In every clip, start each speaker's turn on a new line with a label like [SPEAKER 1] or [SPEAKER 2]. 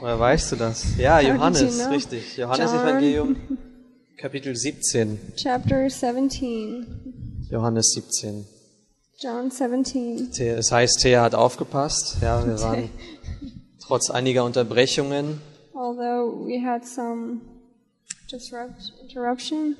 [SPEAKER 1] Woher weißt du das? Ja,
[SPEAKER 2] How did
[SPEAKER 1] Johannes,
[SPEAKER 2] you know?
[SPEAKER 1] richtig. Johannes
[SPEAKER 2] John.
[SPEAKER 1] Evangelium, Kapitel 17.
[SPEAKER 2] chapter 17,
[SPEAKER 1] Johannes 17.
[SPEAKER 2] John 17.
[SPEAKER 1] The- Es heißt, Thea hat aufgepasst. Ja, wir waren trotz einiger Unterbrechungen.
[SPEAKER 2] Although we had some disrupt, interruption,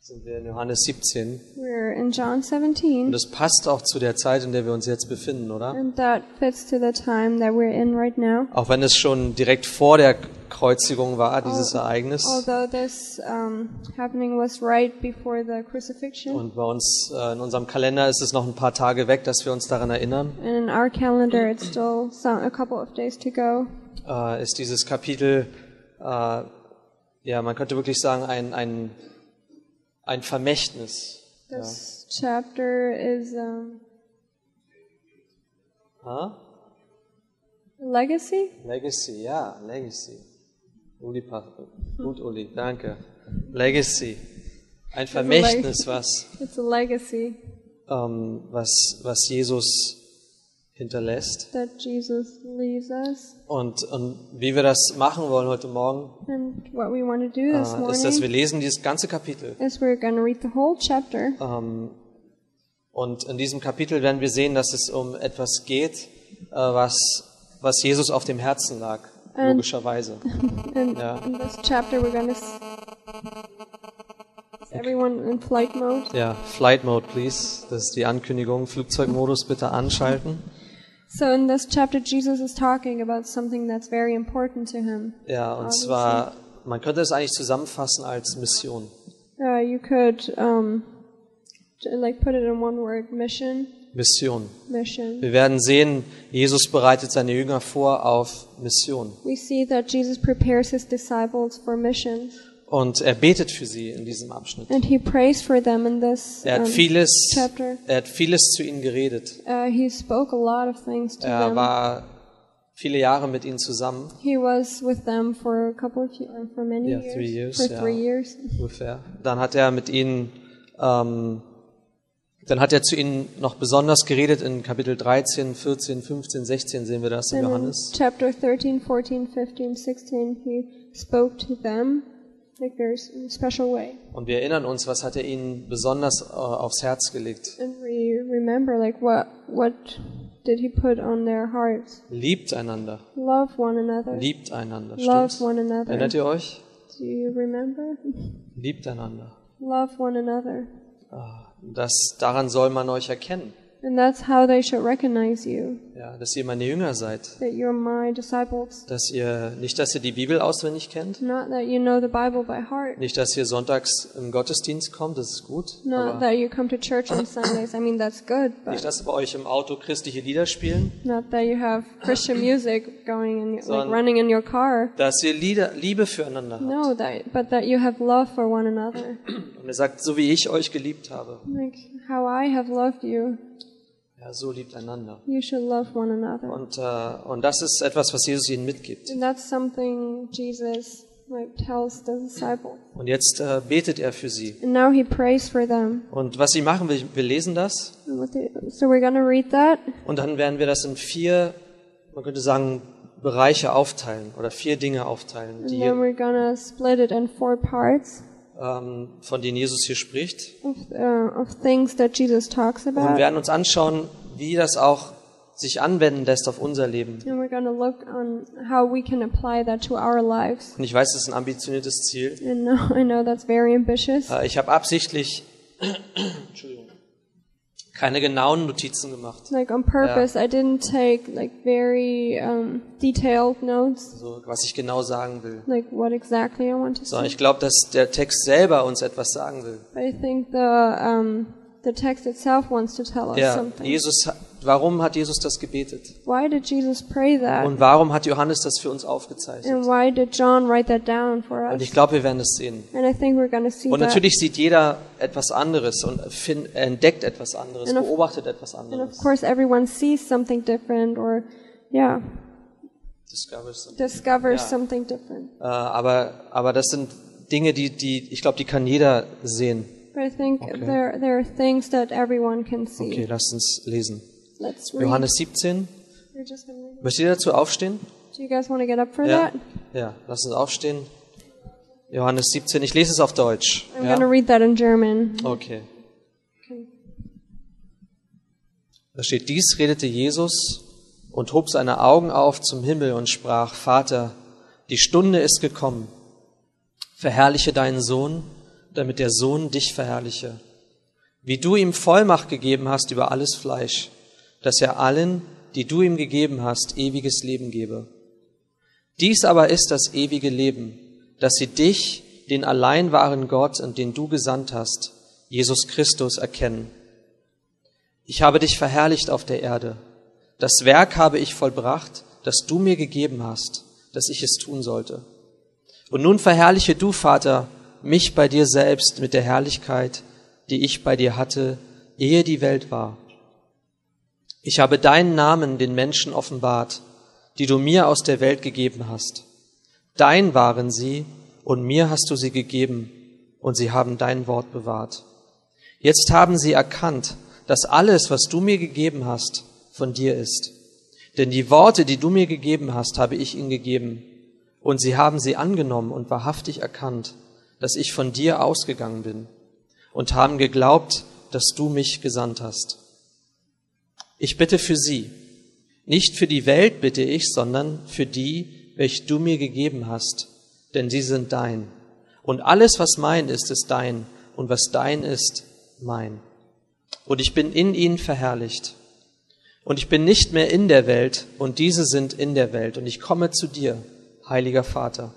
[SPEAKER 1] Sind wir in Johannes 17.
[SPEAKER 2] we're in John
[SPEAKER 1] Und
[SPEAKER 2] 17,
[SPEAKER 1] das passt auch zu der Zeit, in der wir uns jetzt befinden, oder?
[SPEAKER 2] and that fits to the time that we're in right now.
[SPEAKER 1] Auch wenn es schon direkt vor der Kreuzigung war, dieses
[SPEAKER 2] Oh.
[SPEAKER 1] Ereignis.
[SPEAKER 2] Although this um, happening was right before the crucifixion,
[SPEAKER 1] Und bei uns, äh, in unserem Kalender ist es noch ein paar Tage weg, dass wir uns daran erinnern,
[SPEAKER 2] and in our calendar, it's still some, a couple of days to go.
[SPEAKER 1] äh, ist dieses Kapitel, äh, ja, man könnte wirklich sagen, ein, ein, ein Vermächtnis.
[SPEAKER 2] This chapter is um,
[SPEAKER 1] Ha?
[SPEAKER 2] legacy.
[SPEAKER 1] Legacy, ja, Legacy. Uli, passt. gut, Uli, danke. Legacy. Ein Vermächtnis, was,
[SPEAKER 2] It's a legacy
[SPEAKER 1] ähm, was, was Jesus hinterlässt.
[SPEAKER 2] that Jesus leaves us.
[SPEAKER 1] Und, und wie wir das machen wollen heute Morgen,
[SPEAKER 2] And what we want to do this
[SPEAKER 1] äh, ist, dass wir
[SPEAKER 2] morning
[SPEAKER 1] lesen dieses ganze Kapitel.
[SPEAKER 2] is we're going to read the whole chapter.
[SPEAKER 1] Ähm, und in diesem Kapitel werden wir sehen, dass es um etwas geht, äh, was, was Jesus auf dem Herzen lag,
[SPEAKER 2] Ähm.
[SPEAKER 1] logischerweise.
[SPEAKER 2] And
[SPEAKER 1] ja.
[SPEAKER 2] in this chapter, we're going to. S- is everyone in flight mode?
[SPEAKER 1] Ja, Flight Mode, please. Das ist die Ankündigung. Flugzeugmodus bitte anschalten.
[SPEAKER 2] So in this chapter, Jesus is talking about something that's very important to him.
[SPEAKER 1] Ja, und zwar, man könnte es eigentlich zusammenfassen als Mission.
[SPEAKER 2] Uh, you could um, j- like put it in one word: mission,
[SPEAKER 1] Mission.
[SPEAKER 2] mission.
[SPEAKER 1] Wir werden sehen, Jesus bereitet seine Jünger vor auf Mission.
[SPEAKER 2] We see that Jesus prepares his disciples for mission,
[SPEAKER 1] Und er betet für sie in diesem Abschnitt.
[SPEAKER 2] and he prays for them in this.
[SPEAKER 1] Er hat
[SPEAKER 2] um,
[SPEAKER 1] vieles,
[SPEAKER 2] chapter.
[SPEAKER 1] er hat vieles zu ihnen geredet.
[SPEAKER 2] uh, he spoke a lot of things to
[SPEAKER 1] Er
[SPEAKER 2] them.
[SPEAKER 1] Äh, war viele Jahre mit ihnen zusammen,
[SPEAKER 2] He was with them for a couple of years, for many
[SPEAKER 1] Yeah,
[SPEAKER 2] years,
[SPEAKER 1] three years,
[SPEAKER 2] for
[SPEAKER 1] yeah.
[SPEAKER 2] three years.
[SPEAKER 1] ungefähr. Dann hat er mit ihnen, ähm, dann hat er zu ihnen noch besonders geredet in Kapitel 13, 14, 15, 16 sehen wir das in
[SPEAKER 2] Then in
[SPEAKER 1] Johannes.
[SPEAKER 2] chapter 13, 14, 15, 16, he spoke to them like very s- in a special way.
[SPEAKER 1] Und wir erinnern uns, was hat er ihnen besonders äh, aufs Herz gelegt?
[SPEAKER 2] And we remember like what what did he put on their hearts?
[SPEAKER 1] Liebt einander,
[SPEAKER 2] Love one another.
[SPEAKER 1] liebt einander,
[SPEAKER 2] Love
[SPEAKER 1] stimmt's?
[SPEAKER 2] one another.
[SPEAKER 1] Erinnert ihr euch?
[SPEAKER 2] Do you remember?
[SPEAKER 1] Liebt einander.
[SPEAKER 2] Love one another.
[SPEAKER 1] Ah, Das, daran soll man euch erkennen,
[SPEAKER 2] And that's how they should recognize you,
[SPEAKER 1] ja, dass ihr meine Jünger seid.
[SPEAKER 2] that you're my disciples.
[SPEAKER 1] Dass ihr, nicht, dass ihr die Bibel auswendig kennt,
[SPEAKER 2] Not that you know the Bible by heart.
[SPEAKER 1] Nicht, dass ihr sonntags im Gottesdienst kommt, das ist gut.
[SPEAKER 2] Not
[SPEAKER 1] Aber
[SPEAKER 2] that you come to church on Sundays. I mean, that's good,
[SPEAKER 1] nicht,
[SPEAKER 2] but
[SPEAKER 1] dass bei euch im Auto christliche Lieder spielen,
[SPEAKER 2] not that you have Christian music going in, like
[SPEAKER 1] Sondern-
[SPEAKER 2] running in your car.
[SPEAKER 1] dass ihr Lieder, Liebe füreinander habt.
[SPEAKER 2] No, that but that you have love for one another,
[SPEAKER 1] Und er sagt, so wie ich euch geliebt habe,
[SPEAKER 2] like how I have loved you.
[SPEAKER 1] ja, so liebt einander.
[SPEAKER 2] You should love one another,
[SPEAKER 1] Und, äh, und das ist etwas, was Jesus ihnen mitgibt.
[SPEAKER 2] and that's something Jesus like tells the disciples.
[SPEAKER 1] Und jetzt äh, betet er für sie.
[SPEAKER 2] And now he prays for them.
[SPEAKER 1] Und was sie machen, wir, wir lesen das
[SPEAKER 2] And what they- So we're gonna read that,
[SPEAKER 1] und dann werden wir das in vier, man könnte sagen, Bereiche aufteilen oder vier Dinge aufteilen,
[SPEAKER 2] and
[SPEAKER 1] die,
[SPEAKER 2] then we're gonna split it in four parts
[SPEAKER 1] ähm, von denen Jesus hier spricht.
[SPEAKER 2] of uh, of things that Jesus talks
[SPEAKER 1] Und
[SPEAKER 2] about.
[SPEAKER 1] werden uns anschauen, wie das auch sich anwenden lässt auf unser Leben.
[SPEAKER 2] And we're going to look on how we can apply that to our lives.
[SPEAKER 1] Und ich weiß, das ist ein ambitioniertes Ziel.
[SPEAKER 2] And uh, I know that's very ambitious.
[SPEAKER 1] Äh, Ich habe absichtlich Entschuldigung, keine genauen Notizen gemacht.
[SPEAKER 2] Like on purpose, I didn't take like very um, detailed notes,
[SPEAKER 1] Also, was ich genau sagen will.
[SPEAKER 2] like what exactly I want to
[SPEAKER 1] Sondern
[SPEAKER 2] say.
[SPEAKER 1] ich glaube, dass der Text selber uns etwas sagen will.
[SPEAKER 2] But I think the um, the text itself wants to tell us
[SPEAKER 1] Ja,
[SPEAKER 2] something.
[SPEAKER 1] Jesus, ha- warum hat Jesus das gebetet?
[SPEAKER 2] Why did Jesus pray that?
[SPEAKER 1] Und warum hat Johannes das für uns
[SPEAKER 2] And
[SPEAKER 1] aufgezeichnet?
[SPEAKER 2] why did John write that down for
[SPEAKER 1] Und ich
[SPEAKER 2] us?
[SPEAKER 1] glaube, wir werden es sehen.
[SPEAKER 2] And I think we're going to see
[SPEAKER 1] Und
[SPEAKER 2] that.
[SPEAKER 1] natürlich sieht jeder etwas anderes und fin- entdeckt etwas anderes,
[SPEAKER 2] And of-
[SPEAKER 1] beobachtet etwas
[SPEAKER 2] And of
[SPEAKER 1] anderes.
[SPEAKER 2] course, everyone sees something different, or yeah,
[SPEAKER 1] Discovers something.
[SPEAKER 2] discovers
[SPEAKER 1] Yeah.
[SPEAKER 2] something different.
[SPEAKER 1] Äh, aber, aber das sind Dinge, die, die ich glaube, die kann jeder sehen.
[SPEAKER 2] But I think there there are things that everyone can see.
[SPEAKER 1] Okay, lasst uns lesen.
[SPEAKER 2] Let's read.
[SPEAKER 1] Johannes 17.
[SPEAKER 2] You're just gonna read
[SPEAKER 1] Möchtet ihr dazu aufstehen?
[SPEAKER 2] it. Do you guys want to get up for
[SPEAKER 1] Ja,
[SPEAKER 2] that?
[SPEAKER 1] ja lass uns aufstehen. Johannes 17, ich lese es auf Deutsch.
[SPEAKER 2] I'm going to
[SPEAKER 1] Ja? genau.
[SPEAKER 2] read that in German.
[SPEAKER 1] Okay.
[SPEAKER 2] Mhm. Okay.
[SPEAKER 1] Da steht, dies redete Jesus und hob seine Augen auf zum Himmel und sprach, Vater, die Stunde ist gekommen. Verherrliche deinen Sohn, damit der Sohn dich verherrliche. Wie du ihm Vollmacht gegeben hast über alles Fleisch, dass er allen, die du ihm gegeben hast, ewiges Leben gebe. Dies aber ist das ewige Leben, dass sie dich, den allein wahren Gott und den du gesandt hast, Jesus Christus, erkennen. Ich habe dich verherrlicht auf der Erde. Das Werk habe ich vollbracht, das du mir gegeben hast, dass ich es tun sollte. Und nun verherrliche du, Vater, mich bei dir selbst mit der Herrlichkeit, die ich bei dir hatte, ehe die Welt war. Ich habe deinen Namen den Menschen offenbart, die du mir aus der Welt gegeben hast. Dein waren sie, und mir hast du sie gegeben, und sie haben dein Wort bewahrt. Jetzt haben sie erkannt, dass alles, was du mir gegeben hast, von dir ist. Denn die Worte, die du mir gegeben hast, habe ich ihnen gegeben. Und sie haben sie angenommen und wahrhaftig erkannt, dass ich von dir ausgegangen bin. Und haben geglaubt, dass du mich gesandt hast. Ich bitte für sie. Nicht für die Welt bitte ich, sondern für die, welche du mir gegeben hast. Denn sie sind dein. Und alles, was mein ist, ist dein. Und was dein ist, mein und ich bin in ihnen verherrlicht. Und ich bin nicht mehr in der Welt, und diese sind in der Welt, und ich komme zu dir, heiliger Vater.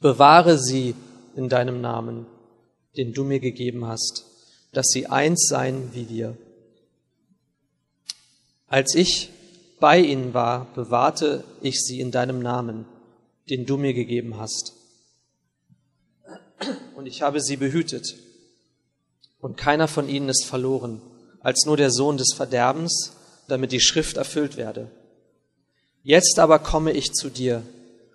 [SPEAKER 1] Bewahre sie in deinem Namen, den du mir gegeben hast, dass sie eins seien wie wir. Als ich bei ihnen war, bewahrte ich sie in deinem Namen, den du mir gegeben hast. Und ich habe sie behütet und keiner von ihnen ist verloren, als nur der Sohn des Verderbens, damit die Schrift erfüllt werde. Jetzt aber komme ich zu dir,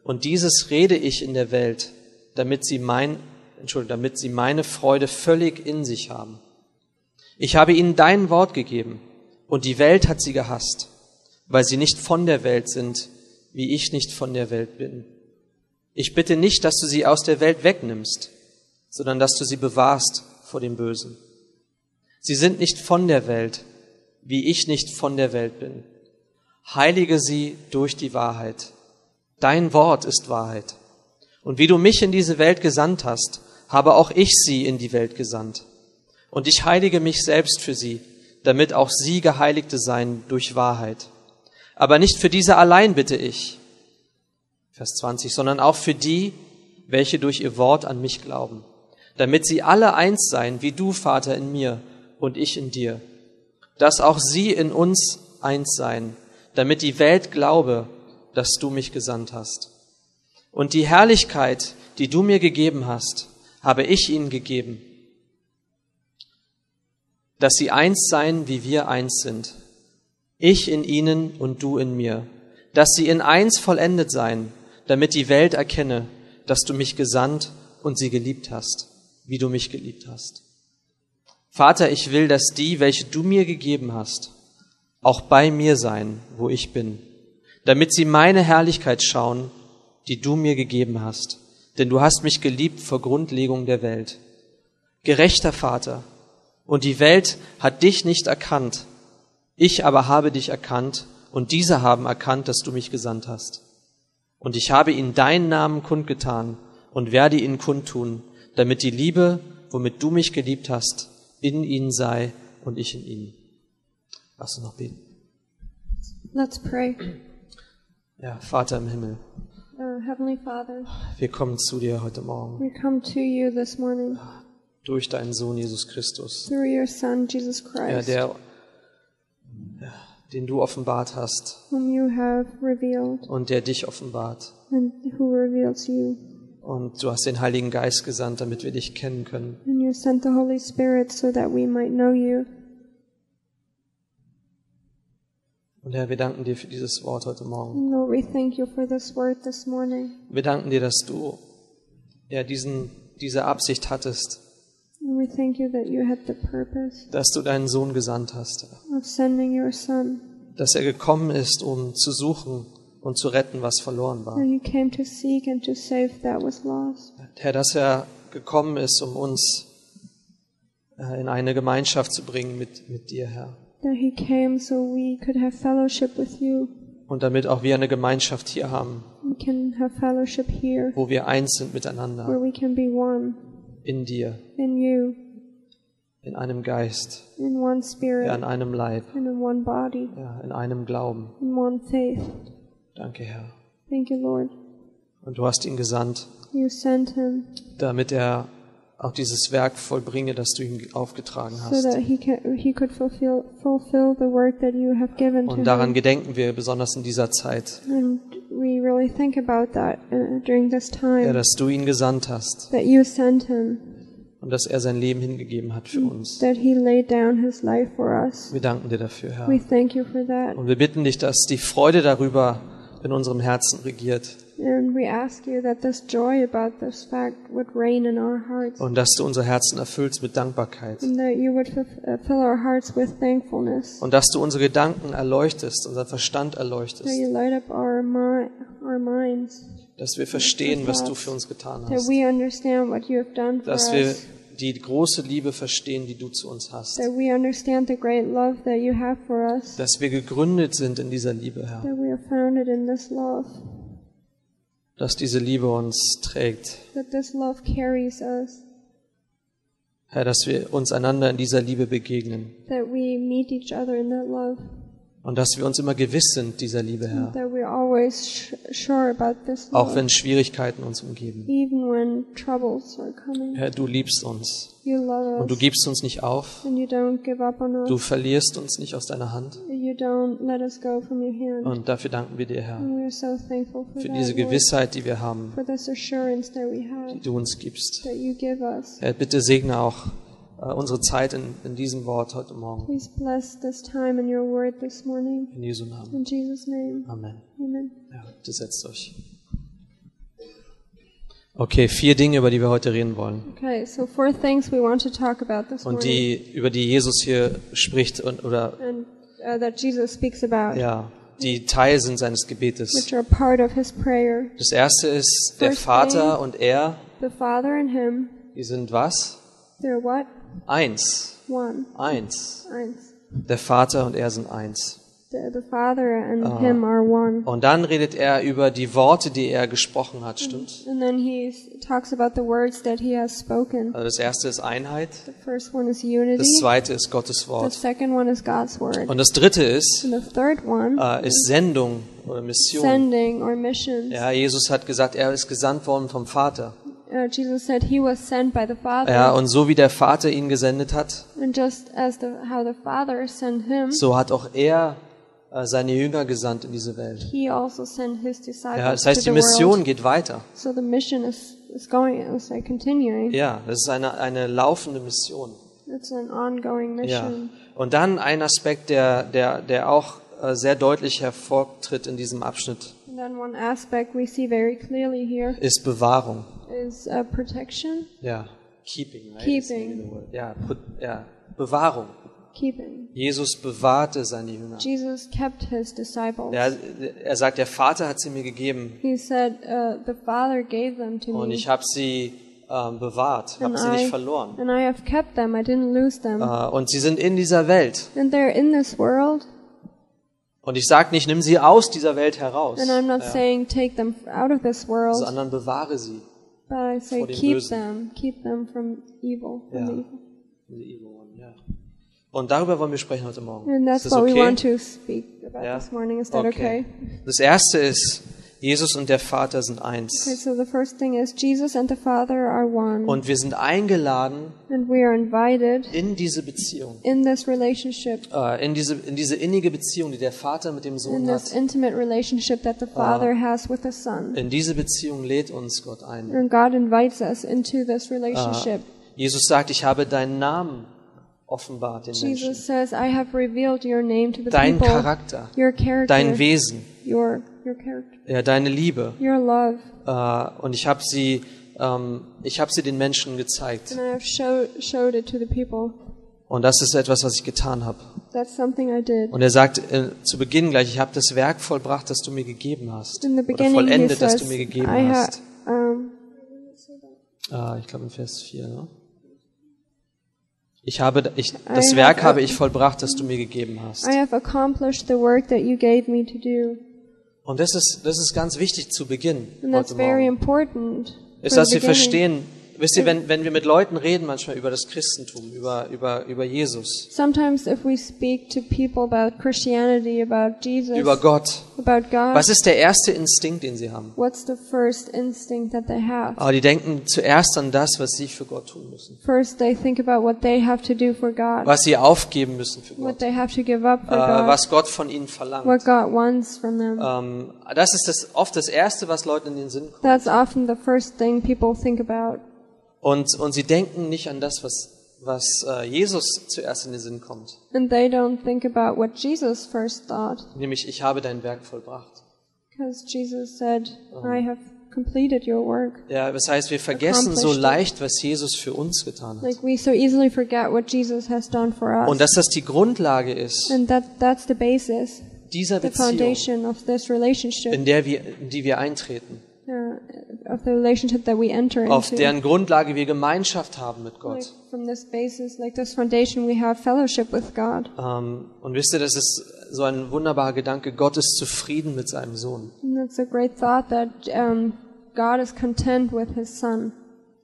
[SPEAKER 1] und dieses rede ich in der Welt, damit sie mein, Entschuldigung, damit sie meine Freude völlig in sich haben. Ich habe ihnen dein Wort gegeben, und die Welt hat sie gehasst, weil sie nicht von der Welt sind, wie ich nicht von der Welt bin. Ich bitte nicht, dass du sie aus der Welt wegnimmst, sondern dass du sie bewahrst vor dem Bösen. Sie sind nicht von der Welt, wie ich nicht von der Welt bin. Heilige sie durch die Wahrheit. Dein Wort ist Wahrheit. Und wie du mich in diese Welt gesandt hast, habe auch ich sie in die Welt gesandt. Und ich heilige mich selbst für sie, damit auch sie Geheiligte seien durch Wahrheit. Aber nicht für diese allein bitte ich, Vers 20, sondern auch für die, welche durch ihr Wort an mich glauben, damit sie alle eins seien, wie du, Vater, in mir und ich in dir, dass auch sie in uns eins seien, damit die Welt glaube, dass du mich gesandt hast. Und die Herrlichkeit, die du mir gegeben hast, habe ich ihnen gegeben, dass sie eins seien, wie wir eins sind, ich in ihnen und du in mir, dass sie in eins vollendet seien, damit die Welt erkenne, dass du mich gesandt und sie geliebt hast, wie du mich geliebt hast. Vater, ich will, dass die, welche du mir gegeben hast, auch bei mir sein, wo ich bin, damit sie meine Herrlichkeit schauen, die du mir gegeben hast, denn du hast mich geliebt vor Grundlegung der Welt. Gerechter Vater, und die Welt hat dich nicht erkannt, ich aber habe dich erkannt, und diese haben erkannt, dass du mich gesandt hast. Und ich habe ihnen deinen Namen kundgetan und werde ihn kundtun, damit die Liebe, womit du mich geliebt hast, in ihnen sei und ich in ihnen. Lass uns noch beten.
[SPEAKER 2] Let's pray.
[SPEAKER 1] Ja, Vater im Himmel,
[SPEAKER 2] Uh, Heavenly Father,
[SPEAKER 1] wir kommen zu dir heute Morgen
[SPEAKER 2] we come to you this morning
[SPEAKER 1] durch deinen Sohn Jesus Christus,
[SPEAKER 2] through your Son, Jesus
[SPEAKER 1] ja,
[SPEAKER 2] Christ,
[SPEAKER 1] der, ja, den du offenbart hast
[SPEAKER 2] whom you have revealed
[SPEAKER 1] und der dich offenbart.
[SPEAKER 2] and who reveals you.
[SPEAKER 1] Und du hast den Heiligen Geist gesandt, damit wir dich kennen können.
[SPEAKER 2] And you sent the Holy Spirit so that we might know you.
[SPEAKER 1] Und Herr, wir danken dir für dieses Wort heute Morgen.
[SPEAKER 2] And Lord, we thank you for this word this morning.
[SPEAKER 1] Wir danken dir, dass du ja diesen, diese Absicht hattest,
[SPEAKER 2] And we thank you that you had the purpose
[SPEAKER 1] dass du deinen Sohn gesandt hast,
[SPEAKER 2] of sending your Son,
[SPEAKER 1] dass er gekommen ist, um zu suchen und zu retten, was verloren war.
[SPEAKER 2] And he came to seek and to save that was lost.
[SPEAKER 1] Herr, dass er gekommen ist, um uns äh, in eine Gemeinschaft zu bringen mit, mit dir, Herr.
[SPEAKER 2] That he came so we could have fellowship with you.
[SPEAKER 1] Und damit auch wir eine Gemeinschaft hier haben,
[SPEAKER 2] We can have fellowship here
[SPEAKER 1] wo wir eins sind
[SPEAKER 2] where
[SPEAKER 1] miteinander,
[SPEAKER 2] we can be one
[SPEAKER 1] in dir,
[SPEAKER 2] in you,
[SPEAKER 1] in einem Geist,
[SPEAKER 2] in one
[SPEAKER 1] ja,
[SPEAKER 2] spirit,
[SPEAKER 1] in einem Leib,
[SPEAKER 2] and in one body,
[SPEAKER 1] ja, in einem Glauben.
[SPEAKER 2] in one faith.
[SPEAKER 1] Danke, Herr.
[SPEAKER 2] Thank you, Lord.
[SPEAKER 1] Und du hast ihn gesandt,
[SPEAKER 2] You sent him
[SPEAKER 1] damit er auch dieses Werk vollbringe, das du ihm aufgetragen
[SPEAKER 2] so
[SPEAKER 1] hast.
[SPEAKER 2] that he can he could fulfill fulfill the work that you have given to
[SPEAKER 1] Und
[SPEAKER 2] him.
[SPEAKER 1] daran gedenken wir besonders in dieser Zeit,
[SPEAKER 2] And we really think about that uh, during this
[SPEAKER 1] ja,
[SPEAKER 2] time
[SPEAKER 1] dass du ihn gesandt hast
[SPEAKER 2] that you sent him,
[SPEAKER 1] und dass er sein Leben hingegeben hat für uns.
[SPEAKER 2] that he laid down his life for us.
[SPEAKER 1] Wir danken dir dafür, Herr.
[SPEAKER 2] We thank you for that,
[SPEAKER 1] Und wir bitten dich, dass die Freude darüber in unserem Herzen regiert
[SPEAKER 2] and we ask you that this joy about this fact would reign in our hearts,
[SPEAKER 1] und dass du unser Herzen erfüllst mit Dankbarkeit
[SPEAKER 2] and that you would fulf- uh, fill our hearts with thankfulness,
[SPEAKER 1] und dass du unsere Gedanken erleuchtest, unseren Verstand
[SPEAKER 2] that you
[SPEAKER 1] erleuchtest,
[SPEAKER 2] light up our mi- our minds,
[SPEAKER 1] dass wir verstehen, was du für uns getan
[SPEAKER 2] that
[SPEAKER 1] hast,
[SPEAKER 2] we understand what you have done for
[SPEAKER 1] dass wir
[SPEAKER 2] us.
[SPEAKER 1] die große Liebe verstehen, die du zu uns hast,
[SPEAKER 2] That we understand the great love that you have for us.
[SPEAKER 1] dass wir gegründet sind in dieser Liebe, Herr,
[SPEAKER 2] That we are founded in this love.
[SPEAKER 1] dass diese Liebe uns trägt,
[SPEAKER 2] That this love carries us.
[SPEAKER 1] Herr, dass wir uns einander in dieser Liebe begegnen
[SPEAKER 2] That we meet each other in that love.
[SPEAKER 1] und dass wir uns immer gewiss sind dieser Liebe, Herr,
[SPEAKER 2] That we're always sh- sure about this
[SPEAKER 1] auch
[SPEAKER 2] love.
[SPEAKER 1] wenn Schwierigkeiten uns umgeben.
[SPEAKER 2] Even when troubles are coming.
[SPEAKER 1] Herr, du liebst uns.
[SPEAKER 2] You love
[SPEAKER 1] Und du
[SPEAKER 2] us.
[SPEAKER 1] gibst uns nicht auf.
[SPEAKER 2] And you don't give up on us.
[SPEAKER 1] Du verlierst uns nicht aus deiner Hand.
[SPEAKER 2] You don't let us go from your hand.
[SPEAKER 1] Und dafür danken wir dir, Herr,
[SPEAKER 2] and we are so thankful for
[SPEAKER 1] für
[SPEAKER 2] that.
[SPEAKER 1] diese
[SPEAKER 2] Lord.
[SPEAKER 1] Gewissheit, die wir haben,
[SPEAKER 2] for this assurance that we have.
[SPEAKER 1] die du uns gibst.
[SPEAKER 2] That you give us.
[SPEAKER 1] Herr, bitte segne auch äh, unsere Zeit in, in diesem Wort heute Morgen.
[SPEAKER 2] Please bless this time in your word this morning.
[SPEAKER 1] In Jesu Namen.
[SPEAKER 2] In Jesus' name.
[SPEAKER 1] Amen.
[SPEAKER 2] Amen.
[SPEAKER 1] Ja, bitte setzt euch. Okay, vier Dinge, über die wir heute reden wollen.
[SPEAKER 2] Okay, so four things we want to talk about this
[SPEAKER 1] Und
[SPEAKER 2] morning,
[SPEAKER 1] die, über die Jesus hier spricht und, oder,
[SPEAKER 2] and uh, that Jesus speaks about,
[SPEAKER 1] ja, die Teil sind seines Gebetes.
[SPEAKER 2] which are part of his prayer.
[SPEAKER 1] Das erste ist, der Vater und er,
[SPEAKER 2] The Father and Him,
[SPEAKER 1] die sind was?
[SPEAKER 2] they're what?
[SPEAKER 1] Eins.
[SPEAKER 2] One.
[SPEAKER 1] Eins.
[SPEAKER 2] Eins.
[SPEAKER 1] Der Vater und er sind eins.
[SPEAKER 2] The, the Father and Him are one.
[SPEAKER 1] Und dann redet er über die Worte, die er gesprochen hat, stimmt?
[SPEAKER 2] And then he s- talks about the words that He has spoken.
[SPEAKER 1] Also das erste ist Einheit,
[SPEAKER 2] The first one is
[SPEAKER 1] das
[SPEAKER 2] unity.
[SPEAKER 1] zweite ist Gottes
[SPEAKER 2] The
[SPEAKER 1] Wort.
[SPEAKER 2] second one is God's word.
[SPEAKER 1] Und das dritte ist,
[SPEAKER 2] And the third one,
[SPEAKER 1] äh, ist Sendung oder Mission.
[SPEAKER 2] sending or missions.
[SPEAKER 1] Ja, Jesus hat gesagt, er ist gesandt worden vom Vater.
[SPEAKER 2] Uh, Jesus said He was sent by the Father,
[SPEAKER 1] Ja, und so wie der Vater ihn gesendet hat,
[SPEAKER 2] and just as the, how the Father sent Him.
[SPEAKER 1] oh. so hat auch er äh, seine Jünger gesandt in diese Welt.
[SPEAKER 2] He also sent his disciples
[SPEAKER 1] Ja, das
[SPEAKER 2] to
[SPEAKER 1] heißt, die
[SPEAKER 2] the
[SPEAKER 1] Mission
[SPEAKER 2] world.
[SPEAKER 1] geht weiter.
[SPEAKER 2] So the mission is, is going, is like continuing.
[SPEAKER 1] Ja, das ist eine, eine laufende Mission.
[SPEAKER 2] It's an ongoing
[SPEAKER 1] Ja.
[SPEAKER 2] mission.
[SPEAKER 1] Und dann ein Aspekt, der, der, der auch äh, sehr deutlich hervortritt in diesem Abschnitt,
[SPEAKER 2] And then one aspect we see very clearly here
[SPEAKER 1] ist Bewahrung.
[SPEAKER 2] is uh, protection,
[SPEAKER 1] Ja. Keeping, right?
[SPEAKER 2] Keeping.
[SPEAKER 1] Ist ein Ja, put, ja, Bewahrung.
[SPEAKER 2] keeping.
[SPEAKER 1] Jesus bewahrte seine Jünger.
[SPEAKER 2] Jesus kept his disciples.
[SPEAKER 1] Ja, er sagt, der Vater hat sie mir gegeben
[SPEAKER 2] He said, uh, "The Father gave them to
[SPEAKER 1] und
[SPEAKER 2] me,
[SPEAKER 1] ich habe sie ähm, bewahrt, habe
[SPEAKER 2] and
[SPEAKER 1] sie
[SPEAKER 2] I
[SPEAKER 1] nicht verloren.
[SPEAKER 2] and I have kept them. I didn't lose them.
[SPEAKER 1] Äh, und sie sind in dieser Welt.
[SPEAKER 2] and they're in this world.
[SPEAKER 1] Und ich sage nicht, nimm sie aus dieser Welt heraus,
[SPEAKER 2] And I'm not saying take them out of this world,
[SPEAKER 1] sondern bewahre sie.
[SPEAKER 2] but I say
[SPEAKER 1] vor dem
[SPEAKER 2] keep
[SPEAKER 1] Bösen.
[SPEAKER 2] them, keep them from evil, from
[SPEAKER 1] Ja.
[SPEAKER 2] the evil."
[SPEAKER 1] Diese evil one, ja. Und darüber wollen wir sprechen heute Morgen.
[SPEAKER 2] And that's
[SPEAKER 1] ist das
[SPEAKER 2] what
[SPEAKER 1] okay?
[SPEAKER 2] we want to speak about
[SPEAKER 1] Yeah.
[SPEAKER 2] this morning. Is that okay. okay?
[SPEAKER 1] Das erste ist, Jesus und der Vater sind eins.
[SPEAKER 2] So the first thing is Jesus and the Father are one,
[SPEAKER 1] Und wir sind eingeladen
[SPEAKER 2] and we are invited
[SPEAKER 1] in diese Beziehung,
[SPEAKER 2] in this relationship,
[SPEAKER 1] äh, in diese, in diese innige Beziehung, die der Vater mit dem
[SPEAKER 2] in
[SPEAKER 1] Sohn
[SPEAKER 2] this
[SPEAKER 1] hat.
[SPEAKER 2] intimate relationship that the Father has with the Son.
[SPEAKER 1] Uh-huh. In diese Beziehung lädt uns Gott ein. Äh,
[SPEAKER 2] And God invites us into this
[SPEAKER 1] Uh-huh.
[SPEAKER 2] relationship.
[SPEAKER 1] Jesus sagt, ich habe deinen Namen offenbart den Menschen.
[SPEAKER 2] Jesus says, "I have revealed your name to the
[SPEAKER 1] Dein
[SPEAKER 2] people,
[SPEAKER 1] Charakter,
[SPEAKER 2] your character,
[SPEAKER 1] dein Wesen,
[SPEAKER 2] your your character,
[SPEAKER 1] ja, deine Liebe.
[SPEAKER 2] your love,
[SPEAKER 1] Äh, und ich habe sie, ähm, ich habe sie den Menschen gezeigt.
[SPEAKER 2] and I have showed showed it to the people."
[SPEAKER 1] Und das ist etwas, was ich getan habe.
[SPEAKER 2] That's something I did.
[SPEAKER 1] Und er sagt äh, zu Beginn gleich, ich habe das Werk volbracht, das du mir gegeben hast.
[SPEAKER 2] In the
[SPEAKER 1] Oder
[SPEAKER 2] beginning, he
[SPEAKER 1] vollendet, das du
[SPEAKER 2] says,
[SPEAKER 1] mir gegeben
[SPEAKER 2] I ha-
[SPEAKER 1] hast.
[SPEAKER 2] um,
[SPEAKER 1] Ah, ich glaube in Vers 4, ne? Ich habe, ich, das
[SPEAKER 2] I
[SPEAKER 1] Werk
[SPEAKER 2] have-
[SPEAKER 1] habe ich vollbracht, das du mir gegeben hast.
[SPEAKER 2] I have accomplished the work that you gave me to do.
[SPEAKER 1] Und das ist, das ist ganz wichtig zu Beginn
[SPEAKER 2] And that's
[SPEAKER 1] heute
[SPEAKER 2] very
[SPEAKER 1] Morgen.
[SPEAKER 2] important.
[SPEAKER 1] Ist,
[SPEAKER 2] from
[SPEAKER 1] dass
[SPEAKER 2] the
[SPEAKER 1] wir
[SPEAKER 2] beginning.
[SPEAKER 1] verstehen, wisst ihr, wenn, wenn wir mit Leuten reden manchmal über das Christentum, über, über, über Jesus,
[SPEAKER 2] Sometimes if we speak to people about Christianity, about Jesus,
[SPEAKER 1] über Gott,
[SPEAKER 2] about God,
[SPEAKER 1] was ist der erste Instinkt, den sie haben?
[SPEAKER 2] what's the first instinct that they have?
[SPEAKER 1] Aber die denken zuerst an das, was sie für Gott tun müssen.
[SPEAKER 2] First, they think about what they have to do for God,
[SPEAKER 1] Was sie aufgeben müssen für
[SPEAKER 2] what
[SPEAKER 1] Gott.
[SPEAKER 2] they have to give up for
[SPEAKER 1] Äh,
[SPEAKER 2] God,
[SPEAKER 1] was Gott von ihnen
[SPEAKER 2] what
[SPEAKER 1] verlangt.
[SPEAKER 2] God wants from them.
[SPEAKER 1] Ähm, das ist das, oft das Erste, was Leuten in den Sinn kommt.
[SPEAKER 2] That's often the first thing people think about.
[SPEAKER 1] Und, und sie denken nicht an das, was, was äh, Jesus zuerst in den Sinn kommt.
[SPEAKER 2] And they don't think about what Jesus first thought,
[SPEAKER 1] Nämlich, ich habe dein Werk vollbracht.
[SPEAKER 2] because Jesus said, I have completed your work.
[SPEAKER 1] Ja, das heißt, wir vergessen so leicht, was Jesus für uns getan hat.
[SPEAKER 2] Like, we so easily forget what Jesus has done for us.
[SPEAKER 1] Und dass das die Grundlage ist
[SPEAKER 2] and that, that's the basis,
[SPEAKER 1] dieser
[SPEAKER 2] the
[SPEAKER 1] Beziehung,
[SPEAKER 2] foundation of this relationship,
[SPEAKER 1] in der wir, in die wir eintreten,
[SPEAKER 2] uh, of the relationship that we enter
[SPEAKER 1] auf
[SPEAKER 2] into.
[SPEAKER 1] deren Grundlage wir Gemeinschaft haben mit
[SPEAKER 2] like,
[SPEAKER 1] Gott.
[SPEAKER 2] from this basis, like this foundation, we have fellowship with God.
[SPEAKER 1] Ähm, und wisst ihr, das ist so ein wunderbarer Gedanke. Gott ist zufrieden mit seinem Sohn.
[SPEAKER 2] And it's a great thought that um, God is content with His Son,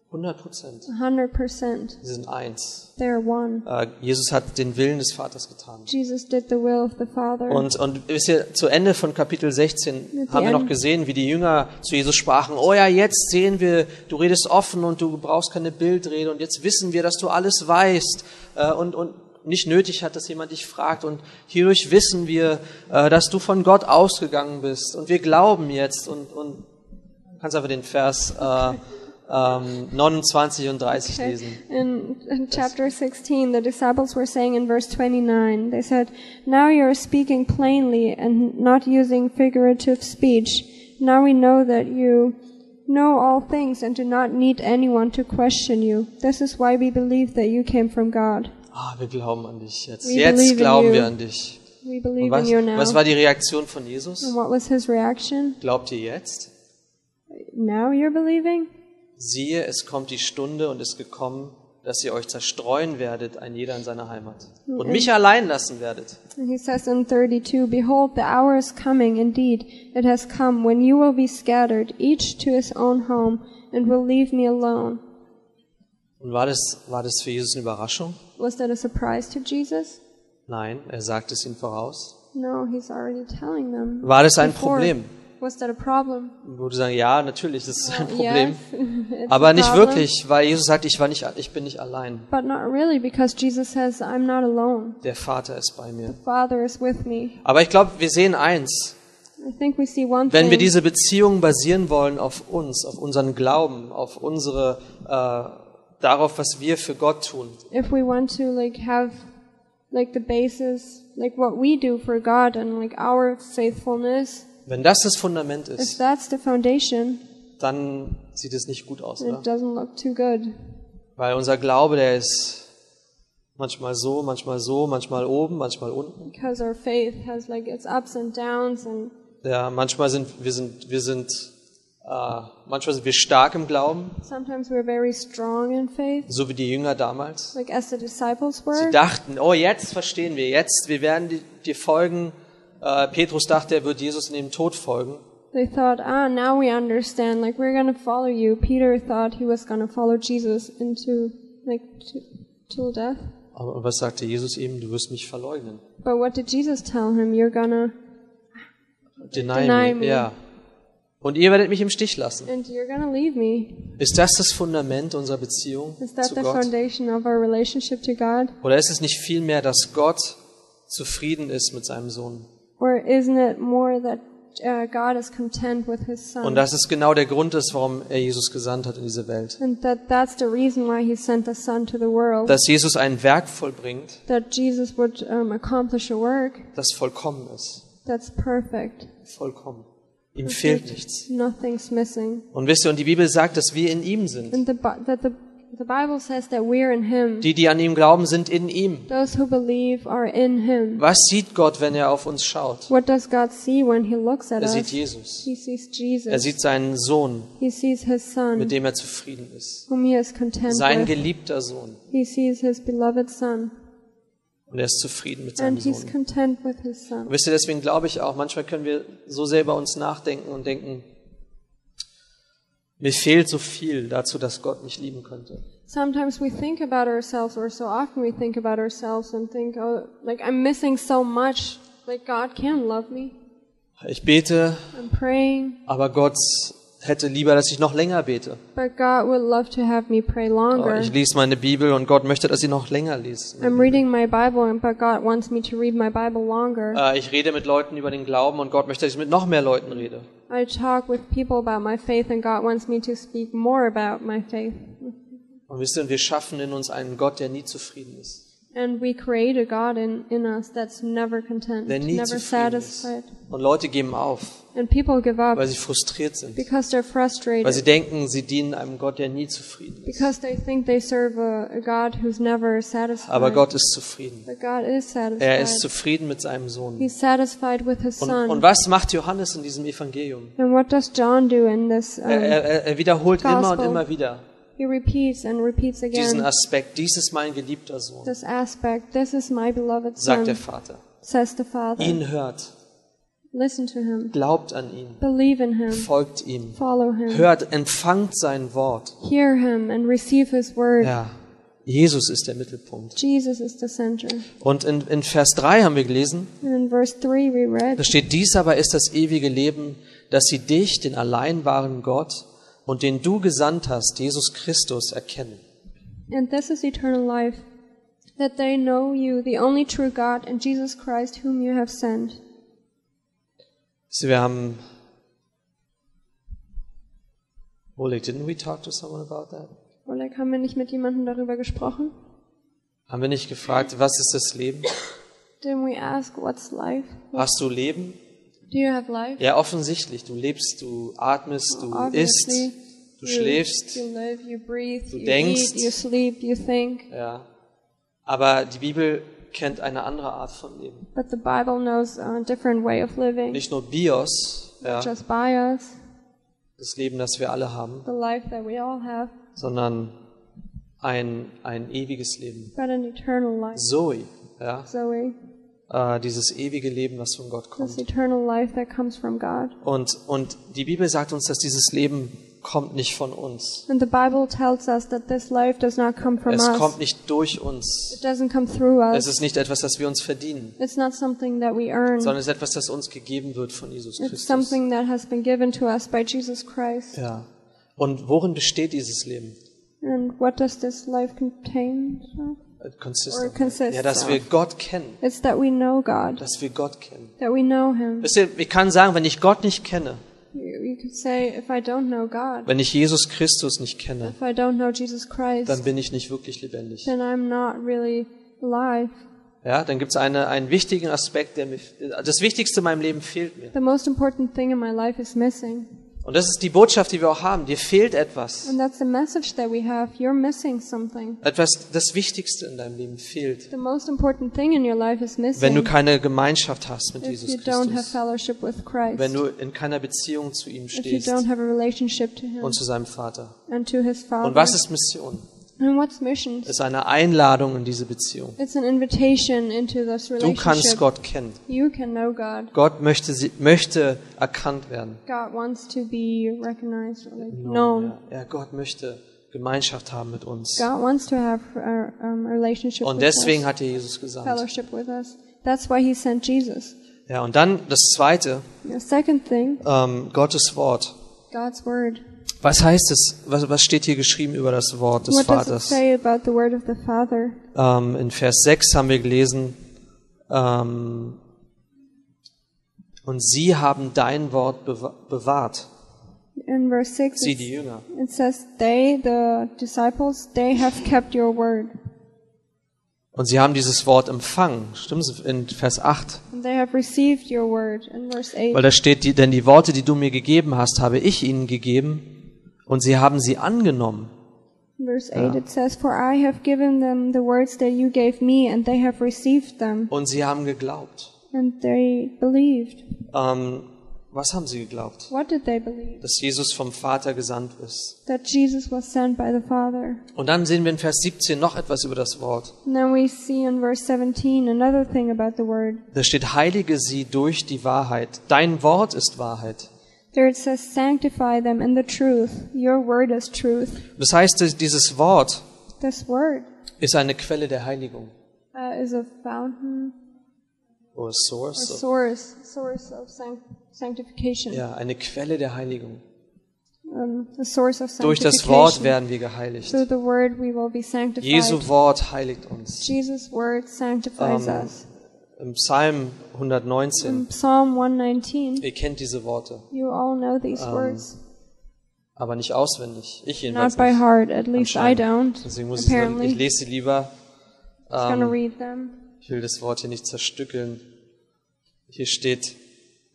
[SPEAKER 1] 100 Prozent.
[SPEAKER 2] 100%.
[SPEAKER 1] Sie sind eins.
[SPEAKER 2] They're one.
[SPEAKER 1] Äh, Jesus hat den Willen des Vaters getan.
[SPEAKER 2] Jesus did the will of the Father.
[SPEAKER 1] Und, und wisst ihr, zu Ende von Kapitel 16
[SPEAKER 2] Mit
[SPEAKER 1] haben wir
[SPEAKER 2] ihren-
[SPEAKER 1] noch gesehen, wie die Jünger zu Jesus sprachen, oh ja, jetzt sehen wir, du redest offen und du brauchst keine Bildrede und jetzt wissen wir, dass du alles weißt äh, und, und nicht nötig hat, dass jemand dich fragt und hierdurch wissen wir, äh, dass du von Gott ausgegangen bist und wir glauben jetzt und, und kannst einfach den Vers äh, ähm, 29 und 30
[SPEAKER 2] Okay.
[SPEAKER 1] lesen.
[SPEAKER 2] In, in chapter 16, the disciples were saying in verse 29, they said, Now you are speaking plainly and not using figurative speech. Now we know that you know all things and do not need anyone to question you. This is why we believe that you came from God.
[SPEAKER 1] Ah, wir glauben an dich jetzt.
[SPEAKER 2] We believe
[SPEAKER 1] Jetzt
[SPEAKER 2] in
[SPEAKER 1] glauben
[SPEAKER 2] you.
[SPEAKER 1] wir an dich.
[SPEAKER 2] We
[SPEAKER 1] Und
[SPEAKER 2] believe in
[SPEAKER 1] was,
[SPEAKER 2] you now.
[SPEAKER 1] was war die Reaktion von Jesus?
[SPEAKER 2] and what was his reaction?
[SPEAKER 1] Glaubt ihr jetzt?
[SPEAKER 2] Now you're believing?
[SPEAKER 1] Siehe, es kommt die Stunde und ist gekommen, dass ihr euch zerstreuen werdet, ein jeder in seine Heimat. Und mich allein lassen werdet.
[SPEAKER 2] And he says in 32, Behold, the hour is coming, indeed, it has come, when you will be scattered, each to his own home, and will leave me alone.
[SPEAKER 1] Und war das, war das für Jesus eine Überraschung?
[SPEAKER 2] Was that a surprise to Jesus?
[SPEAKER 1] Nein, er sagt es ihnen voraus.
[SPEAKER 2] No, he's already telling them.
[SPEAKER 1] War das ein
[SPEAKER 2] before.
[SPEAKER 1] Problem?
[SPEAKER 2] Was that a problem?
[SPEAKER 1] Ich würde sagen, ja, natürlich, das ist ein Problem.
[SPEAKER 2] Yes, it's a
[SPEAKER 1] Aber nicht
[SPEAKER 2] problem,
[SPEAKER 1] wirklich, weil Jesus sagt, ich, war nicht, ich bin nicht allein.
[SPEAKER 2] But not really, because Jesus says, I'm not alone.
[SPEAKER 1] Der Vater ist bei mir.
[SPEAKER 2] The Father is with me.
[SPEAKER 1] Aber ich glaube, wir sehen eins.
[SPEAKER 2] I think we see one
[SPEAKER 1] Wenn wir
[SPEAKER 2] thing.
[SPEAKER 1] diese Beziehung basieren wollen auf uns, auf unseren Glauben, auf unsere, äh, darauf, was wir für Gott tun,
[SPEAKER 2] if we want to like have like the basis like what we do for God and like our faithfulness
[SPEAKER 1] Wenn das das Fundament
[SPEAKER 2] if
[SPEAKER 1] ist,
[SPEAKER 2] that's the foundation
[SPEAKER 1] dann sieht es nicht gut aus,
[SPEAKER 2] it
[SPEAKER 1] oder?
[SPEAKER 2] doesn't look too good
[SPEAKER 1] Weil unser Glaube, der ist manchmal so, manchmal so, manchmal oben, manchmal unten.
[SPEAKER 2] because our faith has like its ups and downs and
[SPEAKER 1] Ja, manchmal sind wir sind wir sind äh, manchmal sind wir stark im Glauben,
[SPEAKER 2] sometimes we're very strong in faith
[SPEAKER 1] so wie die Jünger damals.
[SPEAKER 2] like as the disciples
[SPEAKER 1] Sie
[SPEAKER 2] were
[SPEAKER 1] dachten, oh jetzt verstehen wir, jetzt wir werden di- dir folgen. Äh, Petrus dachte, er wird Jesus in dem Tod folgen.
[SPEAKER 2] they thought ah now we understand like we're going to follow you Peter thought he was going to follow Jesus into like to, till death
[SPEAKER 1] Aber und was sagte Jesus ihm? Du wirst mich verleugnen.
[SPEAKER 2] but what did Jesus tell him you're going to
[SPEAKER 1] Deny,
[SPEAKER 2] Deny
[SPEAKER 1] me.
[SPEAKER 2] me.
[SPEAKER 1] Ja. Und ihr werdet mich im Stich lassen.
[SPEAKER 2] and you're going to leave me
[SPEAKER 1] Ist das das Fundament unserer Beziehung
[SPEAKER 2] Is that
[SPEAKER 1] zu
[SPEAKER 2] the
[SPEAKER 1] Gott?
[SPEAKER 2] foundation of our relationship to God?
[SPEAKER 1] Oder ist es nicht vielmehr, dass Gott zufrieden ist mit seinem Sohn?
[SPEAKER 2] Or isn't it more that uh, God is content with his son?
[SPEAKER 1] Und dass es genau der Grund ist, warum er Jesus gesandt hat in diese Welt.
[SPEAKER 2] and that that's the reason why he sent the son to the world.
[SPEAKER 1] Dass Jesus ein Werk vollbringt,
[SPEAKER 2] that Jesus would um, accomplish a work
[SPEAKER 1] das vollkommen ist.
[SPEAKER 2] that's perfect.
[SPEAKER 1] Vollkommen. Ihm fehlt nichts.
[SPEAKER 2] Nothing's missing.
[SPEAKER 1] Und wisst ihr, und die Bibel sagt, dass wir in ihm sind.
[SPEAKER 2] And the, Bi- that the The Bible says that we're in Him.
[SPEAKER 1] Die, die an ihm glauben, sind in ihm.
[SPEAKER 2] Those who believe are in Him.
[SPEAKER 1] Was sieht Gott, wenn er auf uns schaut?
[SPEAKER 2] What does God see when He looks at
[SPEAKER 1] Er sieht
[SPEAKER 2] us?
[SPEAKER 1] Jesus.
[SPEAKER 2] He sees
[SPEAKER 1] Er
[SPEAKER 2] Jesus.
[SPEAKER 1] sieht seinen Sohn,
[SPEAKER 2] He sees His
[SPEAKER 1] mit
[SPEAKER 2] Son,
[SPEAKER 1] dem er zufrieden ist.
[SPEAKER 2] whom He is content
[SPEAKER 1] Sein
[SPEAKER 2] with.
[SPEAKER 1] geliebter Sohn.
[SPEAKER 2] He sees His beloved Son,
[SPEAKER 1] Und er ist zufrieden mit
[SPEAKER 2] and
[SPEAKER 1] seinem
[SPEAKER 2] He's
[SPEAKER 1] Sohn.
[SPEAKER 2] content with His Son.
[SPEAKER 1] Und wisst ihr, deswegen glaube ich auch, manchmal können wir so sehr über uns nachdenken und denken, mir fehlt so viel dazu, dass Gott mich lieben könnte.
[SPEAKER 2] Sometimes we think about ourselves, or so often we think about ourselves and think, oh, like I'm missing so much. Like God can love me.
[SPEAKER 1] Ich bete,
[SPEAKER 2] I'm praying,
[SPEAKER 1] aber Gott hätte lieber, dass ich noch länger bete.
[SPEAKER 2] but God would love to have me pray
[SPEAKER 1] Oh,
[SPEAKER 2] longer.
[SPEAKER 1] ich lese meine Bibel und Gott möchte, dass ich noch länger lese.
[SPEAKER 2] I'm reading my Bible, and but God wants me to read my Bible longer.
[SPEAKER 1] Äh, Ich rede mit Leuten über den Glauben und Gott möchte, dass ich mit noch mehr Leuten rede.
[SPEAKER 2] I talk with people about my faith, and God wants me to speak more about my faith.
[SPEAKER 1] Und wisst ihr, wir schaffen in uns einen Gott, der nie zufrieden ist.
[SPEAKER 2] And we create a God in, in us that's never content,
[SPEAKER 1] Der nie
[SPEAKER 2] never
[SPEAKER 1] zufrieden ist.
[SPEAKER 2] satisfied.
[SPEAKER 1] Und Leute geben auf,
[SPEAKER 2] And people give up
[SPEAKER 1] weil sie frustriert sind.
[SPEAKER 2] because
[SPEAKER 1] Weil
[SPEAKER 2] they're
[SPEAKER 1] sie
[SPEAKER 2] frustrated,
[SPEAKER 1] denken, sie dienen einem Gott, der nie zufrieden ist.
[SPEAKER 2] because they think they serve a, a God who's never satisfied.
[SPEAKER 1] Aber Gott ist zufrieden.
[SPEAKER 2] but God is satisfied.
[SPEAKER 1] Er ist zufrieden mit seinem Sohn.
[SPEAKER 2] He's satisfied with his
[SPEAKER 1] Und,
[SPEAKER 2] son.
[SPEAKER 1] und was macht Johannes in diesem Evangelium?
[SPEAKER 2] and what does John do in this? Um,
[SPEAKER 1] Er, er, er wiederholt immer und
[SPEAKER 2] Gospel.
[SPEAKER 1] immer wieder
[SPEAKER 2] he repeats and repeats
[SPEAKER 1] diesen
[SPEAKER 2] again
[SPEAKER 1] Aspekt. Dies ist mein geliebter Sohn,
[SPEAKER 2] this aspect. This is my beloved
[SPEAKER 1] sagt
[SPEAKER 2] son,
[SPEAKER 1] der Vater.
[SPEAKER 2] says the Father.
[SPEAKER 1] Ihn hört,
[SPEAKER 2] Listen to him.
[SPEAKER 1] glaubt an ihn,
[SPEAKER 2] Believe in him.
[SPEAKER 1] folgt ihm,
[SPEAKER 2] Follow him.
[SPEAKER 1] hört, empfangt sein Wort.
[SPEAKER 2] Hear him and receive his word.
[SPEAKER 1] Ja, Jesus ist der Mittelpunkt.
[SPEAKER 2] Jesus is the center.
[SPEAKER 1] Und in, in Vers 3 haben wir gelesen,
[SPEAKER 2] And in verse 3 we read,
[SPEAKER 1] da steht, dies aber ist das ewige Leben, dass sie dich, den allein wahren Gott und den du gesandt hast, Jesus Christus, erkennen.
[SPEAKER 2] And this is eternal life, that they know you, the only true God, and Jesus Christ, whom you have sent.
[SPEAKER 1] Wisst ihr, Wir haben... Oleg, didn't we talk to someone about that?
[SPEAKER 2] Oleg, haben wir nicht mit jemandem darüber gesprochen?
[SPEAKER 1] Haben wir nicht gefragt, was ist das Leben?
[SPEAKER 2] Didn't we ask, what's life?
[SPEAKER 1] Hast du Leben?
[SPEAKER 2] Do you have life?
[SPEAKER 1] Ja, offensichtlich. Du lebst, du atmest, du isst,
[SPEAKER 2] Obviously.
[SPEAKER 1] du
[SPEAKER 2] you,
[SPEAKER 1] schläfst.
[SPEAKER 2] You live, you breathe, you
[SPEAKER 1] denkst.
[SPEAKER 2] eat, you sleep, you think.
[SPEAKER 1] Ja. Aber die Bibel kennt eine andere Art von Leben.
[SPEAKER 2] But the Bible knows a different way of living.
[SPEAKER 1] Nicht nur Bios, ja,
[SPEAKER 2] Just by us,
[SPEAKER 1] das Leben, das wir alle haben,
[SPEAKER 2] the life that we all have,
[SPEAKER 1] sondern ein, ein ewiges Leben.
[SPEAKER 2] but an eternal life.
[SPEAKER 1] Zoe, ja,
[SPEAKER 2] Zoe,
[SPEAKER 1] äh, dieses ewige Leben, was von Gott
[SPEAKER 2] this
[SPEAKER 1] kommt.
[SPEAKER 2] eternal life that comes from God.
[SPEAKER 1] Und, und die Bibel sagt uns, dass dieses Leben kommt nicht von uns.
[SPEAKER 2] And the Bible tells us that this life does not come from
[SPEAKER 1] Es
[SPEAKER 2] us.
[SPEAKER 1] kommt nicht durch
[SPEAKER 2] It
[SPEAKER 1] uns.
[SPEAKER 2] doesn't come through
[SPEAKER 1] Es
[SPEAKER 2] us.
[SPEAKER 1] ist nicht etwas, das wir uns verdienen.
[SPEAKER 2] It's not something that we earn.
[SPEAKER 1] sondern es ist etwas, das uns gegeben wird von Jesus
[SPEAKER 2] It's
[SPEAKER 1] Christus.
[SPEAKER 2] something that has been given to us by Jesus Christ.
[SPEAKER 1] Ja. Und worin besteht dieses Leben?
[SPEAKER 2] And what does this life contain? So,
[SPEAKER 1] Äh, Consist
[SPEAKER 2] Or
[SPEAKER 1] of.
[SPEAKER 2] consists
[SPEAKER 1] ja, dass wir
[SPEAKER 2] of.
[SPEAKER 1] Gott kennen,
[SPEAKER 2] It's that we know God,
[SPEAKER 1] dass wir Gott kennen.
[SPEAKER 2] that we know Him.
[SPEAKER 1] Wisst ihr, ich kann sagen, wenn ich Gott nicht kenne,
[SPEAKER 2] You, you could say, if I don't know God,
[SPEAKER 1] wenn ich Jesus Christus nicht kenne,
[SPEAKER 2] if I don't know Jesus
[SPEAKER 1] dann
[SPEAKER 2] Christ,
[SPEAKER 1] bin ich nicht wirklich lebendig.
[SPEAKER 2] then I'm not really alive.
[SPEAKER 1] Ja, dann gibt es eine, einen wichtigen Aspekt, der mir, das Wichtigste in meinem Leben fehlt mir.
[SPEAKER 2] The most important thing in my life is missing.
[SPEAKER 1] Und das ist die Botschaft, die wir auch haben. Dir fehlt etwas.
[SPEAKER 2] And that's the message that we have. You're missing something.
[SPEAKER 1] Etwas, das Wichtigste in deinem Leben fehlt,
[SPEAKER 2] The most important thing in your life is
[SPEAKER 1] wenn du
[SPEAKER 2] missing.
[SPEAKER 1] keine Gemeinschaft hast mit
[SPEAKER 2] If you
[SPEAKER 1] Jesus
[SPEAKER 2] don't have
[SPEAKER 1] Christus.
[SPEAKER 2] fellowship with Christ.
[SPEAKER 1] Wenn du in keiner Beziehung zu ihm
[SPEAKER 2] if you
[SPEAKER 1] stehst.
[SPEAKER 2] don't have a relationship to him
[SPEAKER 1] und zu seinem Vater.
[SPEAKER 2] and to his father.
[SPEAKER 1] Und was ist Mission?
[SPEAKER 2] and what's missions?
[SPEAKER 1] Es ist eine Einladung in diese Beziehung.
[SPEAKER 2] It's an invitation into this
[SPEAKER 1] Du
[SPEAKER 2] relationship.
[SPEAKER 1] kannst Gott kennen.
[SPEAKER 2] You can know God.
[SPEAKER 1] Gott möchte, sie- möchte erkannt werden.
[SPEAKER 2] God wants to be recognized or like known.
[SPEAKER 1] Ja, ja, Gott möchte Gemeinschaft haben mit uns.
[SPEAKER 2] God wants to have a um, relationship
[SPEAKER 1] Und
[SPEAKER 2] with
[SPEAKER 1] deswegen
[SPEAKER 2] us,
[SPEAKER 1] hat dir Jesus gesandt.
[SPEAKER 2] fellowship with us. That's why he sent Jesus.
[SPEAKER 1] Ja, und dann das Zweite,
[SPEAKER 2] The second thing,
[SPEAKER 1] ähm, Gottes Wort.
[SPEAKER 2] God's word.
[SPEAKER 1] Was heißt es? Was, was steht hier geschrieben über das Wort des
[SPEAKER 2] What does it
[SPEAKER 1] Vaters?
[SPEAKER 2] say about the word of the Father?
[SPEAKER 1] Ähm, in Vers 6 haben wir gelesen, ähm, und sie haben dein Wort bewa- bewahrt.
[SPEAKER 2] In verse 6,
[SPEAKER 1] Sie,
[SPEAKER 2] it's-
[SPEAKER 1] die Jünger.
[SPEAKER 2] it says, They, the disciples, they have kept your word.
[SPEAKER 1] Und sie haben dieses Wort empfangen. Stimmt's in Vers 8?
[SPEAKER 2] And they have received your word in verse 8.
[SPEAKER 1] Weil da steht, die, denn die Worte, die du mir gegeben hast, habe ich ihnen gegeben und sie haben sie angenommen
[SPEAKER 2] Verse 8 it says, For I have given them the words that you gave me, and they have received them,
[SPEAKER 1] Und sie haben geglaubt.
[SPEAKER 2] and they believed.
[SPEAKER 1] Ähm, was haben sie geglaubt?
[SPEAKER 2] What did they believe?
[SPEAKER 1] Dass Jesus vom Vater gesandt ist.
[SPEAKER 2] That Jesus was sent by the Father.
[SPEAKER 1] Und dann sehen wir in Vers 17 noch etwas über das Wort.
[SPEAKER 2] And then we see in verse 17 another thing about the Word.
[SPEAKER 1] Da steht, heilige sie durch die Wahrheit. Dein Wort ist Wahrheit.
[SPEAKER 2] There it says, Sanctify them in the truth. Your Word is truth.
[SPEAKER 1] Das heißt, dass dieses Wort
[SPEAKER 2] This Word
[SPEAKER 1] ist eine Quelle der Heiligung.
[SPEAKER 2] uh, is a fountain
[SPEAKER 1] Or
[SPEAKER 2] or
[SPEAKER 1] source. Of,
[SPEAKER 2] source, source of sanct- sanctification.
[SPEAKER 1] ja, eine Quelle der Heiligung.
[SPEAKER 2] Um, a source of
[SPEAKER 1] Durch
[SPEAKER 2] sanctification.
[SPEAKER 1] das Wort werden wir geheiligt.
[SPEAKER 2] Through the Word we will be sanctified.
[SPEAKER 1] Jesu Wort heiligt uns.
[SPEAKER 2] Jesus' word sanctifies
[SPEAKER 1] Um,
[SPEAKER 2] us.
[SPEAKER 1] Im Psalm 119,
[SPEAKER 2] In Psalm 119,
[SPEAKER 1] ihr kennt diese Worte,
[SPEAKER 2] you all know these
[SPEAKER 1] um,
[SPEAKER 2] words.
[SPEAKER 1] aber nicht auswendig. Ich jedenfalls
[SPEAKER 2] Not by
[SPEAKER 1] nicht.
[SPEAKER 2] heart, at least I
[SPEAKER 1] Anscheinend.
[SPEAKER 2] don't.
[SPEAKER 1] Deswegen muss ich, dann, ich
[SPEAKER 2] Apparently,
[SPEAKER 1] lese sie lieber.
[SPEAKER 2] I'm going to
[SPEAKER 1] Ähm,
[SPEAKER 2] read them.
[SPEAKER 1] Ich will das Wort hier nicht zerstückeln. Hier steht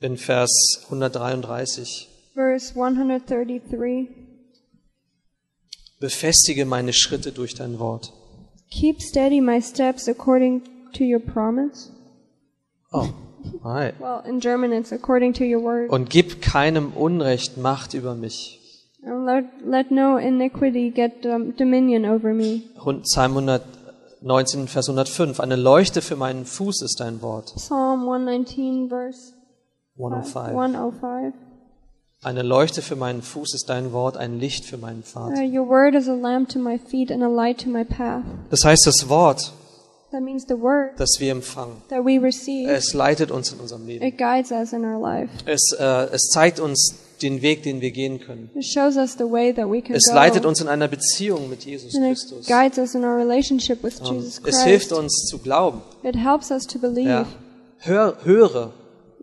[SPEAKER 1] in Vers 133,
[SPEAKER 2] Verse 133
[SPEAKER 1] befestige meine Schritte durch dein Wort.
[SPEAKER 2] Keep steady my steps according to your promise.
[SPEAKER 1] Oh, hi.
[SPEAKER 2] Well, in German, it's according to your word.
[SPEAKER 1] Und gib keinem Unrecht Macht über mich.
[SPEAKER 2] And let, let no iniquity get um, dominion over me.
[SPEAKER 1] Hund- Psalm 119, Vers 105, eine Leuchte für meinen Fuß ist dein Wort.
[SPEAKER 2] Psalm 119, verse
[SPEAKER 1] 105.
[SPEAKER 2] 105.
[SPEAKER 1] Eine Leuchte für meinen Fuß ist dein Wort, ein Licht für meinen
[SPEAKER 2] Uh,
[SPEAKER 1] Pfad.
[SPEAKER 2] your word is a lamp to my feet and a light to my path.
[SPEAKER 1] Das heißt, das Wort,
[SPEAKER 2] That means the word
[SPEAKER 1] das wir empfangen,
[SPEAKER 2] that we receive.
[SPEAKER 1] es leitet uns in unserem Leben.
[SPEAKER 2] It guides us in our life.
[SPEAKER 1] Es, äh, es zeigt uns den Weg, den wir gehen können.
[SPEAKER 2] It shows us the way that we can
[SPEAKER 1] Es
[SPEAKER 2] go.
[SPEAKER 1] leitet uns in einer Beziehung mit Jesus
[SPEAKER 2] and
[SPEAKER 1] Christus.
[SPEAKER 2] it guides us in our relationship with
[SPEAKER 1] Ähm,
[SPEAKER 2] Jesus
[SPEAKER 1] Es
[SPEAKER 2] Christ.
[SPEAKER 1] hilft uns zu glauben.
[SPEAKER 2] It helps us to believe.
[SPEAKER 1] Ja. Hör, höre.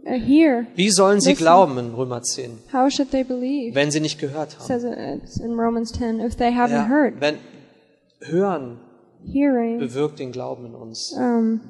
[SPEAKER 2] Uh, Here,
[SPEAKER 1] Wie sollen sie
[SPEAKER 2] Listen.
[SPEAKER 1] glauben in Römer 10,
[SPEAKER 2] how should they believe?
[SPEAKER 1] wenn sie nicht gehört
[SPEAKER 2] It
[SPEAKER 1] haben?
[SPEAKER 2] says it- it's in Romans 10, if they haven't
[SPEAKER 1] Ja,
[SPEAKER 2] heard,
[SPEAKER 1] wenn Hören
[SPEAKER 2] hearing
[SPEAKER 1] bewirkt den Glauben in uns.
[SPEAKER 2] um,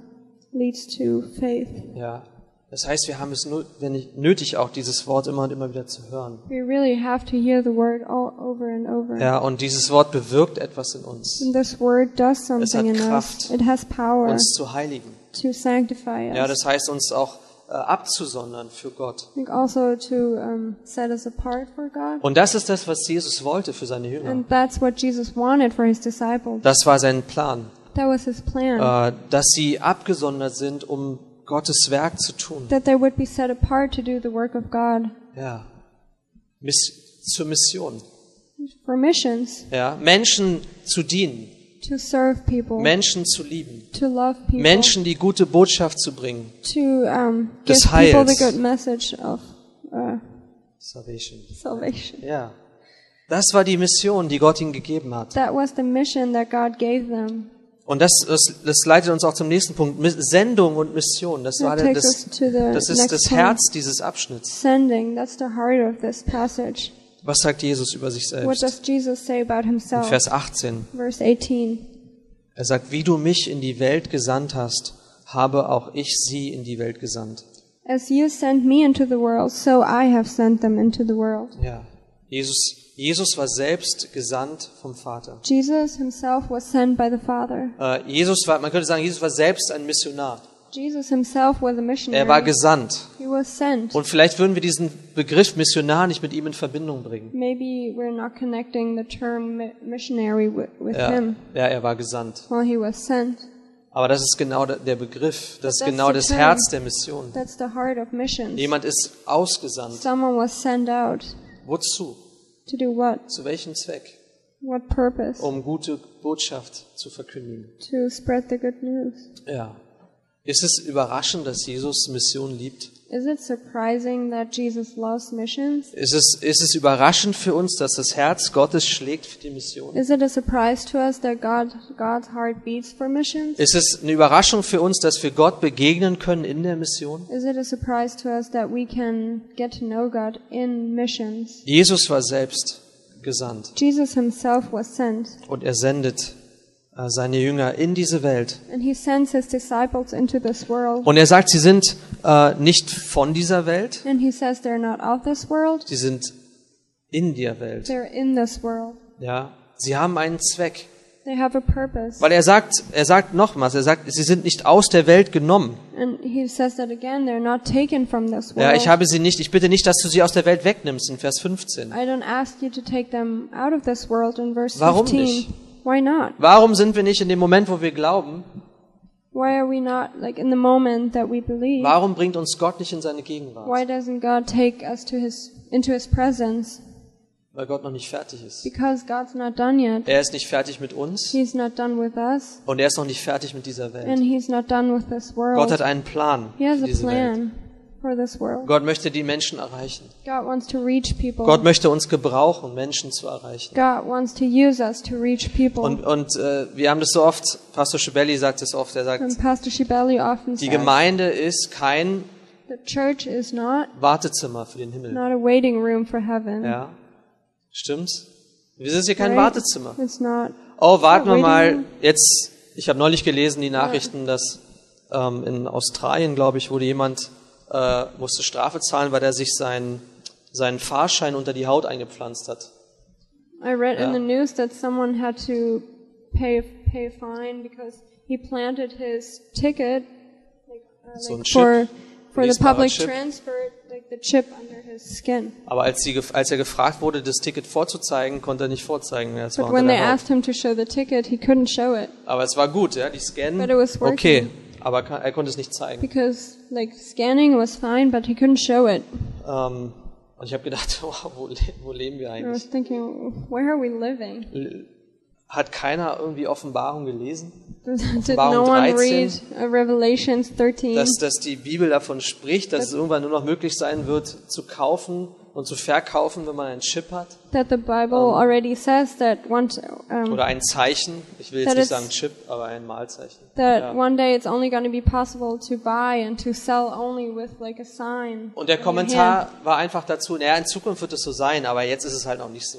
[SPEAKER 2] leads to faith.
[SPEAKER 1] Ja. Das heißt, wir haben es nur, wenn nicht- nötig, auch dieses Wort immer und immer wieder zu hören.
[SPEAKER 2] We really have to hear the word all over and over.
[SPEAKER 1] Ja, und dieses Wort bewirkt etwas in uns,
[SPEAKER 2] And this word does something in
[SPEAKER 1] hat
[SPEAKER 2] us.
[SPEAKER 1] Kraft.
[SPEAKER 2] It has power
[SPEAKER 1] uns zu heiligen.
[SPEAKER 2] to sanctify us.
[SPEAKER 1] Ja, das heißt, uns auch äh, abzusondern für Gott.
[SPEAKER 2] I think also to um, set us apart for God.
[SPEAKER 1] Und das ist das, was Jesus wollte für seine Jünger.
[SPEAKER 2] And that's what Jesus wanted for his disciples.
[SPEAKER 1] Das war sein Plan,
[SPEAKER 2] That was his plan.
[SPEAKER 1] äh, dass sie abgesondert sind, um Gottes Werk zu tun.
[SPEAKER 2] that they would be set apart to do the work of God
[SPEAKER 1] Ja. Miss zur Mission.
[SPEAKER 2] for missions,
[SPEAKER 1] Ja. Menschen zu dienen,
[SPEAKER 2] to serve people,
[SPEAKER 1] Menschen zu lieben,
[SPEAKER 2] to love people,
[SPEAKER 1] Menschen die gute Botschaft zu bringen.
[SPEAKER 2] to um, give
[SPEAKER 1] des
[SPEAKER 2] people
[SPEAKER 1] Heils.
[SPEAKER 2] the good message of uh,
[SPEAKER 1] Salvation.
[SPEAKER 2] salvation.
[SPEAKER 1] Ja. Das war die Mission, die Gott ihnen gegeben hat.
[SPEAKER 2] That was the mission that God gave them.
[SPEAKER 1] Und das, das, das leitet uns auch zum nächsten Punkt. Miss- Sendung und Mission, das, war
[SPEAKER 2] That
[SPEAKER 1] der,
[SPEAKER 2] takes
[SPEAKER 1] das,
[SPEAKER 2] us to the
[SPEAKER 1] das ist
[SPEAKER 2] next
[SPEAKER 1] das
[SPEAKER 2] point.
[SPEAKER 1] Herz dieses Abschnitts.
[SPEAKER 2] Sending, that's the heart of this passage.
[SPEAKER 1] Was sagt Jesus über sich
[SPEAKER 2] What
[SPEAKER 1] selbst?
[SPEAKER 2] does Jesus say about
[SPEAKER 1] In
[SPEAKER 2] himself?
[SPEAKER 1] Vers 18.
[SPEAKER 2] Verse 18.
[SPEAKER 1] Er sagt, wie du mich in die Welt gesandt hast, habe auch ich sie in die Welt gesandt.
[SPEAKER 2] As you sent me into the world, so I have sent them into the world.
[SPEAKER 1] Ja. Jesus, Jesus war selbst gesandt vom Vater.
[SPEAKER 2] Jesus himself was sent by the Father.
[SPEAKER 1] Äh, Jesus war, man könnte sagen, Jesus war selbst ein Missionar.
[SPEAKER 2] Jesus himself was a missionary.
[SPEAKER 1] Er war gesandt.
[SPEAKER 2] he was sent.
[SPEAKER 1] Und vielleicht würden wir diesen Begriff Missionar nicht mit ihm in Verbindung bringen.
[SPEAKER 2] Maybe we're not connecting the term mi- missionary with, with
[SPEAKER 1] Ja, ja
[SPEAKER 2] him.
[SPEAKER 1] er war gesandt.
[SPEAKER 2] Well, he was sent.
[SPEAKER 1] Aber das ist genau der- der Begriff, das ist
[SPEAKER 2] That's
[SPEAKER 1] genau
[SPEAKER 2] the
[SPEAKER 1] das
[SPEAKER 2] term.
[SPEAKER 1] Herz der Mission.
[SPEAKER 2] That's the heart of missions.
[SPEAKER 1] Jemand ist ausgesandt.
[SPEAKER 2] Someone was sent out
[SPEAKER 1] Wozu?
[SPEAKER 2] to do what?
[SPEAKER 1] Zu welchem Zweck?
[SPEAKER 2] What purpose?
[SPEAKER 1] Um gute Botschaft zu verkündigen.
[SPEAKER 2] To spread the good news.
[SPEAKER 1] Ja. Ist es überraschend, dass Jesus Mission liebt?
[SPEAKER 2] Is it surprising that Jesus loves missions?
[SPEAKER 1] Ist es, ist es überraschend für uns, dass das Herz Gottes schlägt für die Mission?
[SPEAKER 2] Is it a surprise to us that God God's heart beats for missions?
[SPEAKER 1] Ist es eine Überraschung für uns, dass wir Gott begegnen können in der Mission?
[SPEAKER 2] Is it a surprise to us that we can get to know God in missions?
[SPEAKER 1] Jesus war selbst gesandt
[SPEAKER 2] Jesus himself was sent,
[SPEAKER 1] und er sendet äh, seine Jünger in diese Welt.
[SPEAKER 2] and he sends his disciples into this world.
[SPEAKER 1] Und er sagt, sie sind äh, nicht von dieser Welt,
[SPEAKER 2] And he says they're not of this world,
[SPEAKER 1] sie sind in der Welt.
[SPEAKER 2] they're in this world.
[SPEAKER 1] Ja. Sie haben einen Zweck.
[SPEAKER 2] They have a purpose.
[SPEAKER 1] Weil er sagt, er sagt nochmals, er sagt, sie sind nicht aus der Welt genommen.
[SPEAKER 2] And he says that again, they're not taken from this
[SPEAKER 1] Ja,
[SPEAKER 2] world.
[SPEAKER 1] ich habe sie nicht, ich bitte nicht, dass du sie aus der Welt wegnimmst in Vers 15.
[SPEAKER 2] I don't ask you to take them out of this world in verse
[SPEAKER 1] Warum
[SPEAKER 2] 15.
[SPEAKER 1] nicht?
[SPEAKER 2] Why not?
[SPEAKER 1] Warum sind wir nicht in dem Moment, wo wir glauben?
[SPEAKER 2] Why are we not like in the moment that we believe?
[SPEAKER 1] Warum bringt uns Gott nicht in seine
[SPEAKER 2] Why
[SPEAKER 1] Gegenwart?
[SPEAKER 2] doesn't God take us to his into his presence?
[SPEAKER 1] Weil Gott noch nicht fertig ist.
[SPEAKER 2] Because God's not done yet.
[SPEAKER 1] Er ist nicht fertig mit uns
[SPEAKER 2] He's not done with us
[SPEAKER 1] und er ist noch nicht fertig mit dieser Welt.
[SPEAKER 2] and he's not done with this
[SPEAKER 1] Gott
[SPEAKER 2] world.
[SPEAKER 1] hat einen Plan
[SPEAKER 2] He has
[SPEAKER 1] für
[SPEAKER 2] a
[SPEAKER 1] diese Welt.
[SPEAKER 2] plan for this world.
[SPEAKER 1] Gott möchte die Menschen erreichen.
[SPEAKER 2] God wants to reach
[SPEAKER 1] Gott
[SPEAKER 2] people.
[SPEAKER 1] möchte uns gebrauchen, Menschen zu erreichen.
[SPEAKER 2] God wants to use us to reach people.
[SPEAKER 1] Und, und äh, wir haben das so oft, Pastor Schibelli sagt es oft, er sagt,
[SPEAKER 2] And Pastor Shibeli often
[SPEAKER 1] die
[SPEAKER 2] says
[SPEAKER 1] Gemeinde ist kein
[SPEAKER 2] the church is not
[SPEAKER 1] Wartezimmer für den Himmel.
[SPEAKER 2] not a waiting room for heaven.
[SPEAKER 1] Ja, stimmt's? Wir sind hier kein
[SPEAKER 2] Right?
[SPEAKER 1] Wartezimmer.
[SPEAKER 2] It's not.
[SPEAKER 1] Oh, warten wir
[SPEAKER 2] Waiting
[SPEAKER 1] mal.
[SPEAKER 2] room.
[SPEAKER 1] Jetzt, ich habe neulich gelesen die Nachrichten, dass ähm, in Australien, glaube ich, wurde jemand äh, musste Strafe zahlen, weil er sich seinen seinen Fahrschein unter die Haut eingepflanzt hat.
[SPEAKER 2] I read in
[SPEAKER 1] Yeah.
[SPEAKER 2] the news that someone had to pay pay a fine because he planted his ticket like, uh,
[SPEAKER 1] So
[SPEAKER 2] like
[SPEAKER 1] ein
[SPEAKER 2] for
[SPEAKER 1] Chip,
[SPEAKER 2] for the
[SPEAKER 1] lesbarer
[SPEAKER 2] public
[SPEAKER 1] Chip.
[SPEAKER 2] transfer, like the chip under his skin.
[SPEAKER 1] Aber als, sie, gef- als er gefragt wurde, das Ticket vorzuzeigen, konnte er nicht vorzeigen. ja, Es war
[SPEAKER 2] But
[SPEAKER 1] unter
[SPEAKER 2] when they
[SPEAKER 1] der Haut.
[SPEAKER 2] asked him to show the ticket, he couldn't show it
[SPEAKER 1] Aber es war gut, ja, die scannen.
[SPEAKER 2] But it was working.
[SPEAKER 1] Okay, aber ka- er konnte es nicht zeigen.
[SPEAKER 2] because like scanning was fine, but he couldn't show it.
[SPEAKER 1] Ähm, und ich habe gedacht, wow, wo, le wo leben wir
[SPEAKER 2] I
[SPEAKER 1] eigentlich?
[SPEAKER 2] was thinking, where are we living?
[SPEAKER 1] Hat keiner irgendwie Offenbarung gelesen,
[SPEAKER 2] Did
[SPEAKER 1] Offenbarung
[SPEAKER 2] no one
[SPEAKER 1] 13.
[SPEAKER 2] read uh, Revelations 13?
[SPEAKER 1] dass, dass die Bibel davon spricht, dass es irgendwann nur noch möglich sein wird, zu kaufen und zu verkaufen, wenn man einen Chip hat
[SPEAKER 2] that the Bible already says that one t- um,
[SPEAKER 1] oder ein Zeichen. Ich will jetzt
[SPEAKER 2] That
[SPEAKER 1] nicht
[SPEAKER 2] is-
[SPEAKER 1] sagen Chip, aber ein Malzeichen.
[SPEAKER 2] that
[SPEAKER 1] Ja.
[SPEAKER 2] one day it's only going to be possible to buy and to sell only with like a sign.
[SPEAKER 1] Und der
[SPEAKER 2] in your hand.
[SPEAKER 1] Kommentar war einfach dazu, naja, in Zukunft wird es so sein, aber jetzt ist es halt noch nicht so.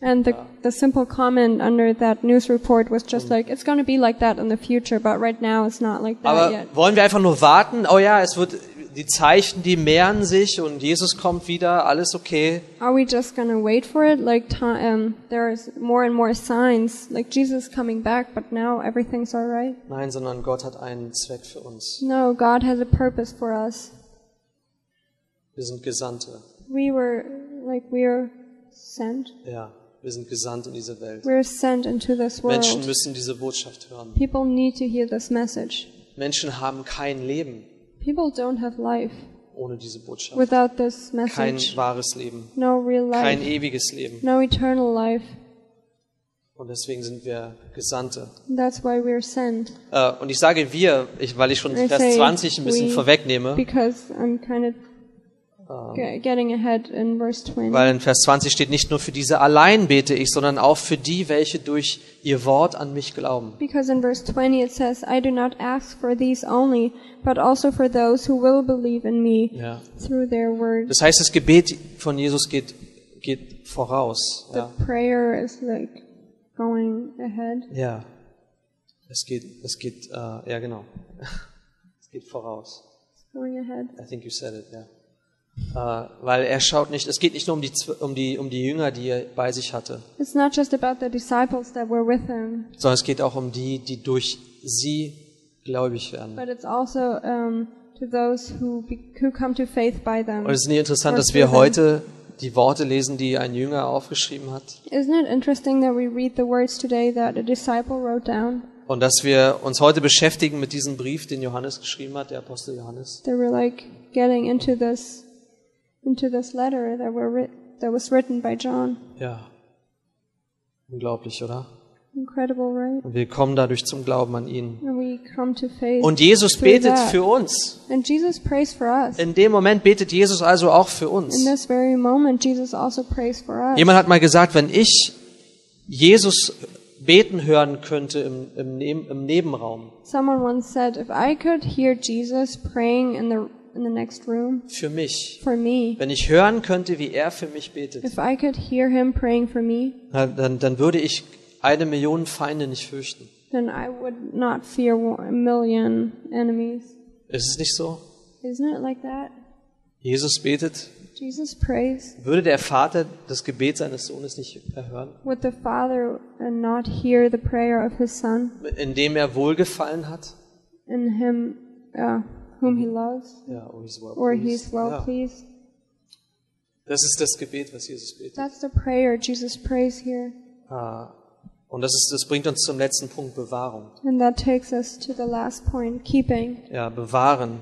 [SPEAKER 2] And the, the simple comment under that news report was just like, it's going to be like that in the future, but right now it's not like that
[SPEAKER 1] Aber
[SPEAKER 2] yet.
[SPEAKER 1] wollen wir einfach nur warten? Oh ja, es wird, die Zeichen, die mehren sich und Jesus kommt wieder, alles okay.
[SPEAKER 2] Are we just going to wait for it? Like, ti um, there's more and more signs, like Jesus coming back, but now everything's all right.
[SPEAKER 1] Nein, sondern Gott hat einen Zweck für uns.
[SPEAKER 2] No, God has a purpose for us.
[SPEAKER 1] Wir sind Gesandte.
[SPEAKER 2] We were, like, we're sent.
[SPEAKER 1] Ja, wir sind gesandt in diese Welt.
[SPEAKER 2] We're sent into this world.
[SPEAKER 1] Menschen müssen diese Botschaft hören.
[SPEAKER 2] People need to hear this message.
[SPEAKER 1] Menschen haben kein Leben
[SPEAKER 2] People don't have life
[SPEAKER 1] ohne diese Botschaft.
[SPEAKER 2] without this
[SPEAKER 1] Kein
[SPEAKER 2] message.
[SPEAKER 1] wahres Leben.
[SPEAKER 2] No real
[SPEAKER 1] Kein
[SPEAKER 2] life.
[SPEAKER 1] ewiges Leben.
[SPEAKER 2] No eternal life.
[SPEAKER 1] Und deswegen sind wir Gesandte.
[SPEAKER 2] That's why we're sent.
[SPEAKER 1] Äh, und ich sage wir, ich, weil ich schon
[SPEAKER 2] I
[SPEAKER 1] Vers
[SPEAKER 2] say
[SPEAKER 1] 20 ein bisschen
[SPEAKER 2] we
[SPEAKER 1] vorwegnehme,
[SPEAKER 2] because I'm kind of ge- getting ahead in verse 20.
[SPEAKER 1] weil in Vers 20 steht, nicht nur für diese allein bete ich, sondern auch für die, welche durch ihr Wort an mich glauben.
[SPEAKER 2] Because in verse 20 it says, I do not ask for these only, but also for those who will believe in me
[SPEAKER 1] Ja.
[SPEAKER 2] through their words.
[SPEAKER 1] Das heißt, das Gebet von Jesus geht, geht voraus.
[SPEAKER 2] The
[SPEAKER 1] Ja.
[SPEAKER 2] prayer is like going ahead.
[SPEAKER 1] ja. Es geht, es geht, äh, ja genau. Es geht voraus.
[SPEAKER 2] Going ahead.
[SPEAKER 1] I think you said it, ja. Äh, weil er schaut nicht, es geht nicht nur um die, Zw- um, die, um die Jünger, die er bei sich hatte,
[SPEAKER 2] It's not just about the disciples that were with him,
[SPEAKER 1] sondern es geht auch um die, die durch sie gläubig werden.
[SPEAKER 2] But it's also um, to those who be, who come to faith by them.
[SPEAKER 1] Und es ist nicht interessant,
[SPEAKER 2] Or
[SPEAKER 1] dass wir
[SPEAKER 2] through them.
[SPEAKER 1] heute die Worte lesen, die ein Jünger aufgeschrieben hat
[SPEAKER 2] Isn't it interesting that we read the words today that a disciple wrote down?
[SPEAKER 1] und dass wir uns heute beschäftigen mit diesem Brief, den Johannes geschrieben hat, der Apostel Johannes.
[SPEAKER 2] They were like getting into this into this letter that were writ- that was written by John.
[SPEAKER 1] Ja. Unglaublich, oder?
[SPEAKER 2] Incredible, right?
[SPEAKER 1] Und wir kommen dadurch zum Glauben an ihn.
[SPEAKER 2] And we come to faith.
[SPEAKER 1] Und Jesus
[SPEAKER 2] through
[SPEAKER 1] betet
[SPEAKER 2] that.
[SPEAKER 1] für uns.
[SPEAKER 2] and Jesus prays for us.
[SPEAKER 1] In dem Moment betet Jesus also auch für uns.
[SPEAKER 2] In this very moment, Jesus also prays for us.
[SPEAKER 1] Jemand hat mal gesagt, wenn ich Jesus beten hören könnte im, im, Neb- im Nebenraum,
[SPEAKER 2] Someone once said, "If I could hear Jesus praying in the in the next room
[SPEAKER 1] für mich,
[SPEAKER 2] for me."
[SPEAKER 1] wenn ich hören könnte, wie er für mich betet,
[SPEAKER 2] If I could hear him praying for me,
[SPEAKER 1] na, dann, dann würde ich eine Million Feinde nicht fürchten.
[SPEAKER 2] then I would not fear wa- a million enemies.
[SPEAKER 1] Ist es nicht so?
[SPEAKER 2] Isn't it like that?
[SPEAKER 1] Jesus betet
[SPEAKER 2] Jesus prays.
[SPEAKER 1] Würde der Vater das Gebet seines Sohnes nicht erhören,
[SPEAKER 2] Would the Father uh, not hear the prayer of his Son
[SPEAKER 1] indem er Wohlgefallen hat?
[SPEAKER 2] in him uh, whom he loves,
[SPEAKER 1] Ja, oh, he's well
[SPEAKER 2] or
[SPEAKER 1] pleased.
[SPEAKER 2] he's well
[SPEAKER 1] ja.
[SPEAKER 2] pleased?
[SPEAKER 1] Das ist das Gebet, was Jesus betet.
[SPEAKER 2] That's the prayer Jesus prays here.
[SPEAKER 1] Ah, und das, ist, das bringt uns zum letzten Punkt, Bewahrung.
[SPEAKER 2] And that takes us to the last point keeping.
[SPEAKER 1] Ja, bewahren.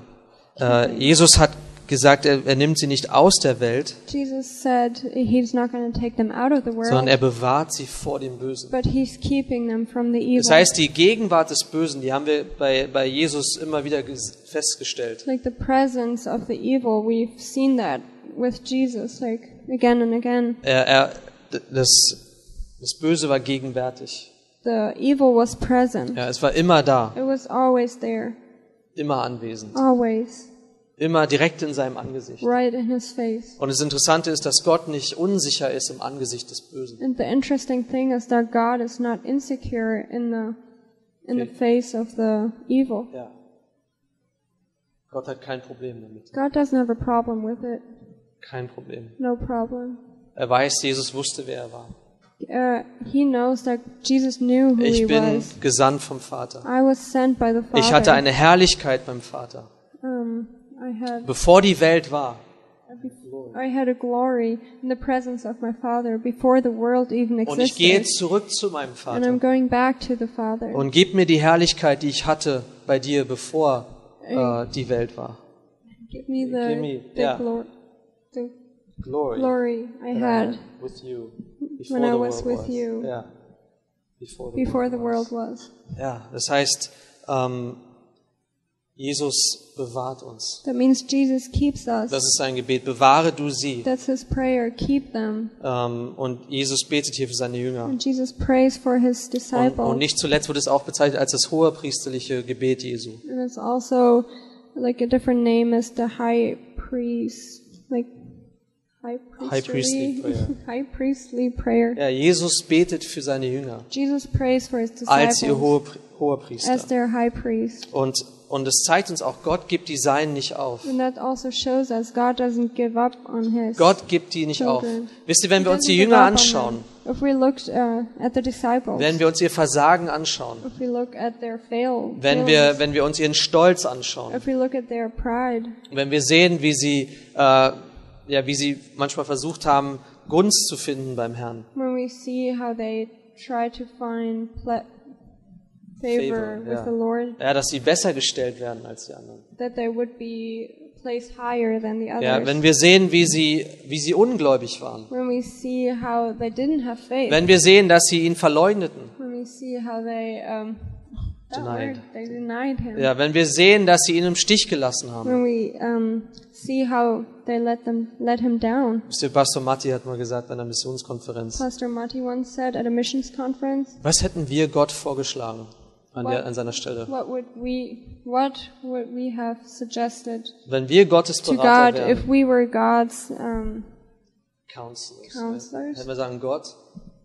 [SPEAKER 1] Äh, Jesus hat gesagt, er, er nimmt sie nicht aus der Welt,
[SPEAKER 2] Jesus said he's not going to take them out of the
[SPEAKER 1] sondern
[SPEAKER 2] world,
[SPEAKER 1] er bewahrt sie vor dem Bösen.
[SPEAKER 2] but he's keeping them from the
[SPEAKER 1] Das
[SPEAKER 2] evil.
[SPEAKER 1] heißt, die Gegenwart des Bösen, die haben wir bei, bei Jesus immer wieder ges- festgestellt.
[SPEAKER 2] Like the presence of the evil, we've seen that with Jesus, like again and again.
[SPEAKER 1] Er, er, d- das, das Böse war gegenwärtig.
[SPEAKER 2] The evil was present.
[SPEAKER 1] Ja, es war immer da,
[SPEAKER 2] It was always there,
[SPEAKER 1] immer anwesend,
[SPEAKER 2] always,
[SPEAKER 1] immer direkt in seinem Angesicht.
[SPEAKER 2] right in his face.
[SPEAKER 1] Und das Interessante ist, dass Gott nicht unsicher ist im Angesicht des Bösen.
[SPEAKER 2] And the interesting thing is that God is not insecure in the in the face of the evil.
[SPEAKER 1] Ja. Gott hat kein Problem damit.
[SPEAKER 2] God doesn't have a problem with it.
[SPEAKER 1] Kein Problem.
[SPEAKER 2] No problem.
[SPEAKER 1] Er weiß, Jesus wusste, wer er war.
[SPEAKER 2] Uh, he knows that Jesus knew who he
[SPEAKER 1] Ich bin
[SPEAKER 2] was.
[SPEAKER 1] gesandt vom Vater.
[SPEAKER 2] I was sent by the Father.
[SPEAKER 1] Ich hatte eine Herrlichkeit beim Vater.
[SPEAKER 2] um, I had
[SPEAKER 1] Bevor die Welt war,
[SPEAKER 2] I had a glory in the presence of my Father before the world even
[SPEAKER 1] Und ich gehe
[SPEAKER 2] existed.
[SPEAKER 1] zurück zu meinem
[SPEAKER 2] And I'm
[SPEAKER 1] Vater
[SPEAKER 2] going back to the Father.
[SPEAKER 1] und gib mir die Herrlichkeit, die ich hatte bei dir, bevor äh, die Welt war.
[SPEAKER 2] Give me the,
[SPEAKER 1] Give me-
[SPEAKER 2] the
[SPEAKER 1] yeah.
[SPEAKER 2] glory, the
[SPEAKER 1] Glory,
[SPEAKER 2] glory I
[SPEAKER 1] that I
[SPEAKER 2] had
[SPEAKER 1] had with you before
[SPEAKER 2] when I
[SPEAKER 1] the
[SPEAKER 2] was
[SPEAKER 1] world
[SPEAKER 2] with you.
[SPEAKER 1] Ja. Before the
[SPEAKER 2] before
[SPEAKER 1] world
[SPEAKER 2] the world was.
[SPEAKER 1] was. Ja, das heißt, ähm, Jesus bewahrt uns.
[SPEAKER 2] That means Jesus keeps
[SPEAKER 1] Das
[SPEAKER 2] us.
[SPEAKER 1] ist sein Gebet. Bewahre du sie.
[SPEAKER 2] That's his prayer. Keep them.
[SPEAKER 1] Ähm, und Jesus betet hier für seine Jünger.
[SPEAKER 2] And Jesus prays for his
[SPEAKER 1] Und, und
[SPEAKER 2] disciples.
[SPEAKER 1] nicht zuletzt wird es auch bezeichnet als das hohepriesterliche Gebet Jesu.
[SPEAKER 2] And it's also like a different name is the high priest, like high
[SPEAKER 1] High priestly
[SPEAKER 2] priestly,
[SPEAKER 1] prayer.
[SPEAKER 2] high priestly prayer.
[SPEAKER 1] Ja, Jesus betet für seine Jünger
[SPEAKER 2] Jesus prays for his
[SPEAKER 1] als ihr
[SPEAKER 2] disciples
[SPEAKER 1] Hohepri- Hohepriester.
[SPEAKER 2] as their high priest.
[SPEAKER 1] Und, und es zeigt uns auch, Gott gibt die Seinen nicht auf.
[SPEAKER 2] And that also shows us God doesn't give up on his.
[SPEAKER 1] Gott gibt die nicht auf.
[SPEAKER 2] Children.
[SPEAKER 1] Wisst ihr, wenn
[SPEAKER 2] He
[SPEAKER 1] wir uns die
[SPEAKER 2] doesn't give
[SPEAKER 1] Jünger
[SPEAKER 2] up on
[SPEAKER 1] anschauen,
[SPEAKER 2] them. If we look uh, at the disciples,
[SPEAKER 1] wenn wir uns ihr Versagen anschauen,
[SPEAKER 2] if we look at their fail,
[SPEAKER 1] wenn wir,
[SPEAKER 2] failings,
[SPEAKER 1] wenn wir uns ihren Stolz anschauen,
[SPEAKER 2] if we look at their pride,
[SPEAKER 1] wenn wir sehen, wie sie, äh, ja, wie sie manchmal versucht haben, Gunst zu finden beim Herrn.
[SPEAKER 2] when we see how they try to find ple- favor,
[SPEAKER 1] Favor,
[SPEAKER 2] with
[SPEAKER 1] ja.
[SPEAKER 2] the Lord,
[SPEAKER 1] Ja, dass sie besser gestellt werden als die anderen.
[SPEAKER 2] that they would be placed higher than the others.
[SPEAKER 1] Ja, wenn wir sehen, wie sie, wie sie ungläubig waren.
[SPEAKER 2] when we see how they didn't have faith,
[SPEAKER 1] Wenn wir sehen, dass sie ihn verleugneten.
[SPEAKER 2] when we see how they um, that
[SPEAKER 1] Denied.
[SPEAKER 2] word, they denied him.
[SPEAKER 1] Ja, wenn wir sehen, dass sie ihn im Stich gelassen haben.
[SPEAKER 2] When we um, see how they let them let him down.
[SPEAKER 1] Wisst ihr, Pastor Matti hat mal gesagt bei einer Missionskonferenz,
[SPEAKER 2] Pastor Mati once said at a missions conference,
[SPEAKER 1] was hätten wir Gott vorgeschlagen an, der,
[SPEAKER 2] What?
[SPEAKER 1] an seiner Stelle?
[SPEAKER 2] "What would we, what would we have suggested
[SPEAKER 1] Wenn wir Gottes
[SPEAKER 2] to
[SPEAKER 1] Berater
[SPEAKER 2] God if
[SPEAKER 1] wären,
[SPEAKER 2] we were God's? Um,
[SPEAKER 1] Counselors,
[SPEAKER 2] Counselors?
[SPEAKER 1] hätten wir sagen, Gott,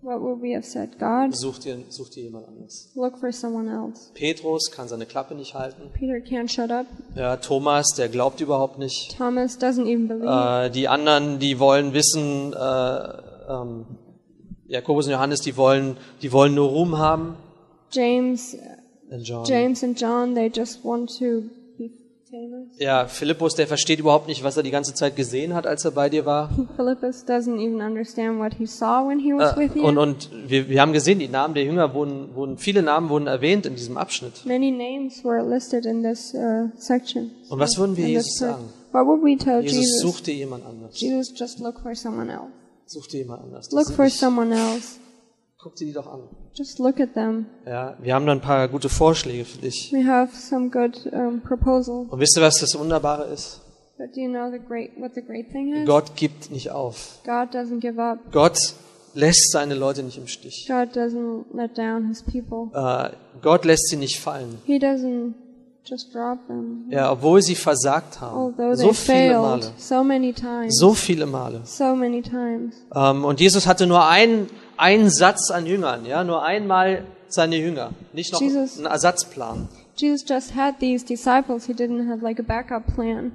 [SPEAKER 2] what would we have said? God,
[SPEAKER 1] such dir, such dir jemand anderes.
[SPEAKER 2] look for someone else."
[SPEAKER 1] Petrus kann seine Klappe nicht halten.
[SPEAKER 2] Peter can't shut up.
[SPEAKER 1] Ja, Thomas, der glaubt überhaupt nicht.
[SPEAKER 2] Thomas doesn't even believe.
[SPEAKER 1] Äh, die anderen, die wollen wissen, äh, ähm, Jakobus und Johannes, die wollen, die wollen nur Ruhm haben.
[SPEAKER 2] James,
[SPEAKER 1] Und John.
[SPEAKER 2] James and John, they just want to be famous.
[SPEAKER 1] Ja, Philippus, der versteht überhaupt nicht, was er die ganze Zeit gesehen hat, als er bei dir war.
[SPEAKER 2] Philippus doesn't even understand what he saw when he was with
[SPEAKER 1] Äh,
[SPEAKER 2] you.
[SPEAKER 1] und und wir, wir haben gesehen, die Namen der Jünger wurden, wurden, viele Namen wurden erwähnt in diesem Abschnitt.
[SPEAKER 2] Many names were listed in this uh, section.
[SPEAKER 1] Und was würden wir
[SPEAKER 2] In this
[SPEAKER 1] Jesus
[SPEAKER 2] part.
[SPEAKER 1] sagen?
[SPEAKER 2] What would we tell
[SPEAKER 1] Jesus,
[SPEAKER 2] Jesus?
[SPEAKER 1] such dir jemand anders.
[SPEAKER 2] Jesus, just look for someone else.
[SPEAKER 1] Such dir jemand anders. Die
[SPEAKER 2] Look
[SPEAKER 1] sind
[SPEAKER 2] for
[SPEAKER 1] nicht-
[SPEAKER 2] someone else.
[SPEAKER 1] Guck dir die doch an.
[SPEAKER 2] Just look at them.
[SPEAKER 1] Ja, wir haben da ein paar gute Vorschläge für dich.
[SPEAKER 2] We have some good um, proposal,
[SPEAKER 1] Und wisst ihr, was das Wunderbare ist?
[SPEAKER 2] but do you know the great what the great thing is?
[SPEAKER 1] Gott gibt nicht auf.
[SPEAKER 2] God doesn't give up.
[SPEAKER 1] Gott lässt seine Leute nicht im Stich.
[SPEAKER 2] God doesn't let down His people.
[SPEAKER 1] Äh, Gott lässt sie nicht fallen.
[SPEAKER 2] He doesn't just drop them.
[SPEAKER 1] Ja, obwohl sie versagt haben.
[SPEAKER 2] Although they
[SPEAKER 1] So viele
[SPEAKER 2] failed
[SPEAKER 1] Male.
[SPEAKER 2] so many times,
[SPEAKER 1] So viele Male.
[SPEAKER 2] so many times.
[SPEAKER 1] Ähm, und Jesus hatte nur einen, einen Satz an Jüngern, ja, nur einmal seine Jünger, nicht noch
[SPEAKER 2] Jesus-
[SPEAKER 1] einen Ersatzplan,
[SPEAKER 2] Jesus just had these disciples. He didn't have like a backup plan.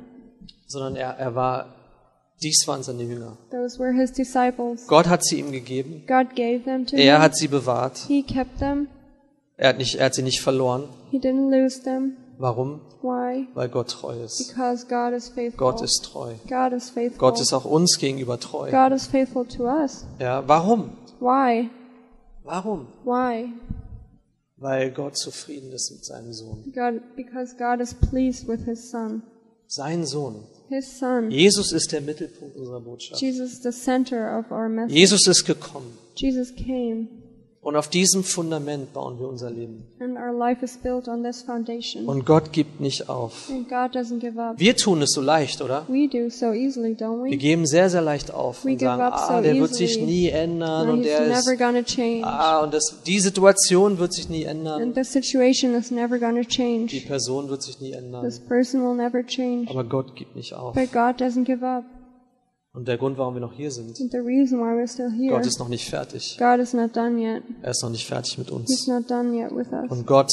[SPEAKER 1] sondern er, er war Dies waren seine Jünger.
[SPEAKER 2] Those were his disciples.
[SPEAKER 1] Gott hat sie ihm gegeben.
[SPEAKER 2] God gave them to
[SPEAKER 1] Er
[SPEAKER 2] him.
[SPEAKER 1] hat sie bewahrt.
[SPEAKER 2] He kept them.
[SPEAKER 1] Er hat, nicht, er hat sie nicht verloren.
[SPEAKER 2] He didn't lose them.
[SPEAKER 1] Warum?
[SPEAKER 2] Why?
[SPEAKER 1] Weil Gott treu ist.
[SPEAKER 2] Because God is faithful.
[SPEAKER 1] Gott ist treu.
[SPEAKER 2] God is faithful.
[SPEAKER 1] Gott ist auch uns gegenüber treu.
[SPEAKER 2] God is faithful to us.
[SPEAKER 1] Ja, warum?
[SPEAKER 2] Why?
[SPEAKER 1] Warum?
[SPEAKER 2] Why?
[SPEAKER 1] Weil Gott zufrieden ist mit seinem Sohn.
[SPEAKER 2] God, because God is pleased with his son.
[SPEAKER 1] Sein Sohn.
[SPEAKER 2] His son.
[SPEAKER 1] Jesus ist der Mittelpunkt unserer Botschaft.
[SPEAKER 2] Jesus, the center of our message.
[SPEAKER 1] Jesus ist gekommen.
[SPEAKER 2] Jesus came,
[SPEAKER 1] Und auf diesem Fundament bauen wir unser Leben.
[SPEAKER 2] and our life is built on this foundation.
[SPEAKER 1] Und Gott gibt nicht auf.
[SPEAKER 2] And God doesn't give up.
[SPEAKER 1] Wir tun es so leicht, oder?
[SPEAKER 2] We do so easily, don't
[SPEAKER 1] Wir
[SPEAKER 2] we?
[SPEAKER 1] geben sehr, sehr leicht auf
[SPEAKER 2] We
[SPEAKER 1] und
[SPEAKER 2] give
[SPEAKER 1] sagen,
[SPEAKER 2] up so
[SPEAKER 1] ah, der wird sich
[SPEAKER 2] easily.
[SPEAKER 1] nie ändern
[SPEAKER 2] And
[SPEAKER 1] und
[SPEAKER 2] he's
[SPEAKER 1] der
[SPEAKER 2] never
[SPEAKER 1] ist,
[SPEAKER 2] gonna change.
[SPEAKER 1] ah, und das, die Situation wird sich nie ändern,
[SPEAKER 2] And this situation is never gonna
[SPEAKER 1] die
[SPEAKER 2] change.
[SPEAKER 1] Person wird sich nie
[SPEAKER 2] This
[SPEAKER 1] ändern.
[SPEAKER 2] person will never change.
[SPEAKER 1] Aber Gott gibt nicht auf.
[SPEAKER 2] But God doesn't give up.
[SPEAKER 1] Und der Grund, warum wir noch hier sind,
[SPEAKER 2] The reason why we're still here,
[SPEAKER 1] Gott ist noch nicht fertig.
[SPEAKER 2] God is not done yet.
[SPEAKER 1] Er ist noch nicht fertig mit
[SPEAKER 2] He's
[SPEAKER 1] uns.
[SPEAKER 2] not done yet with us.
[SPEAKER 1] Und Gott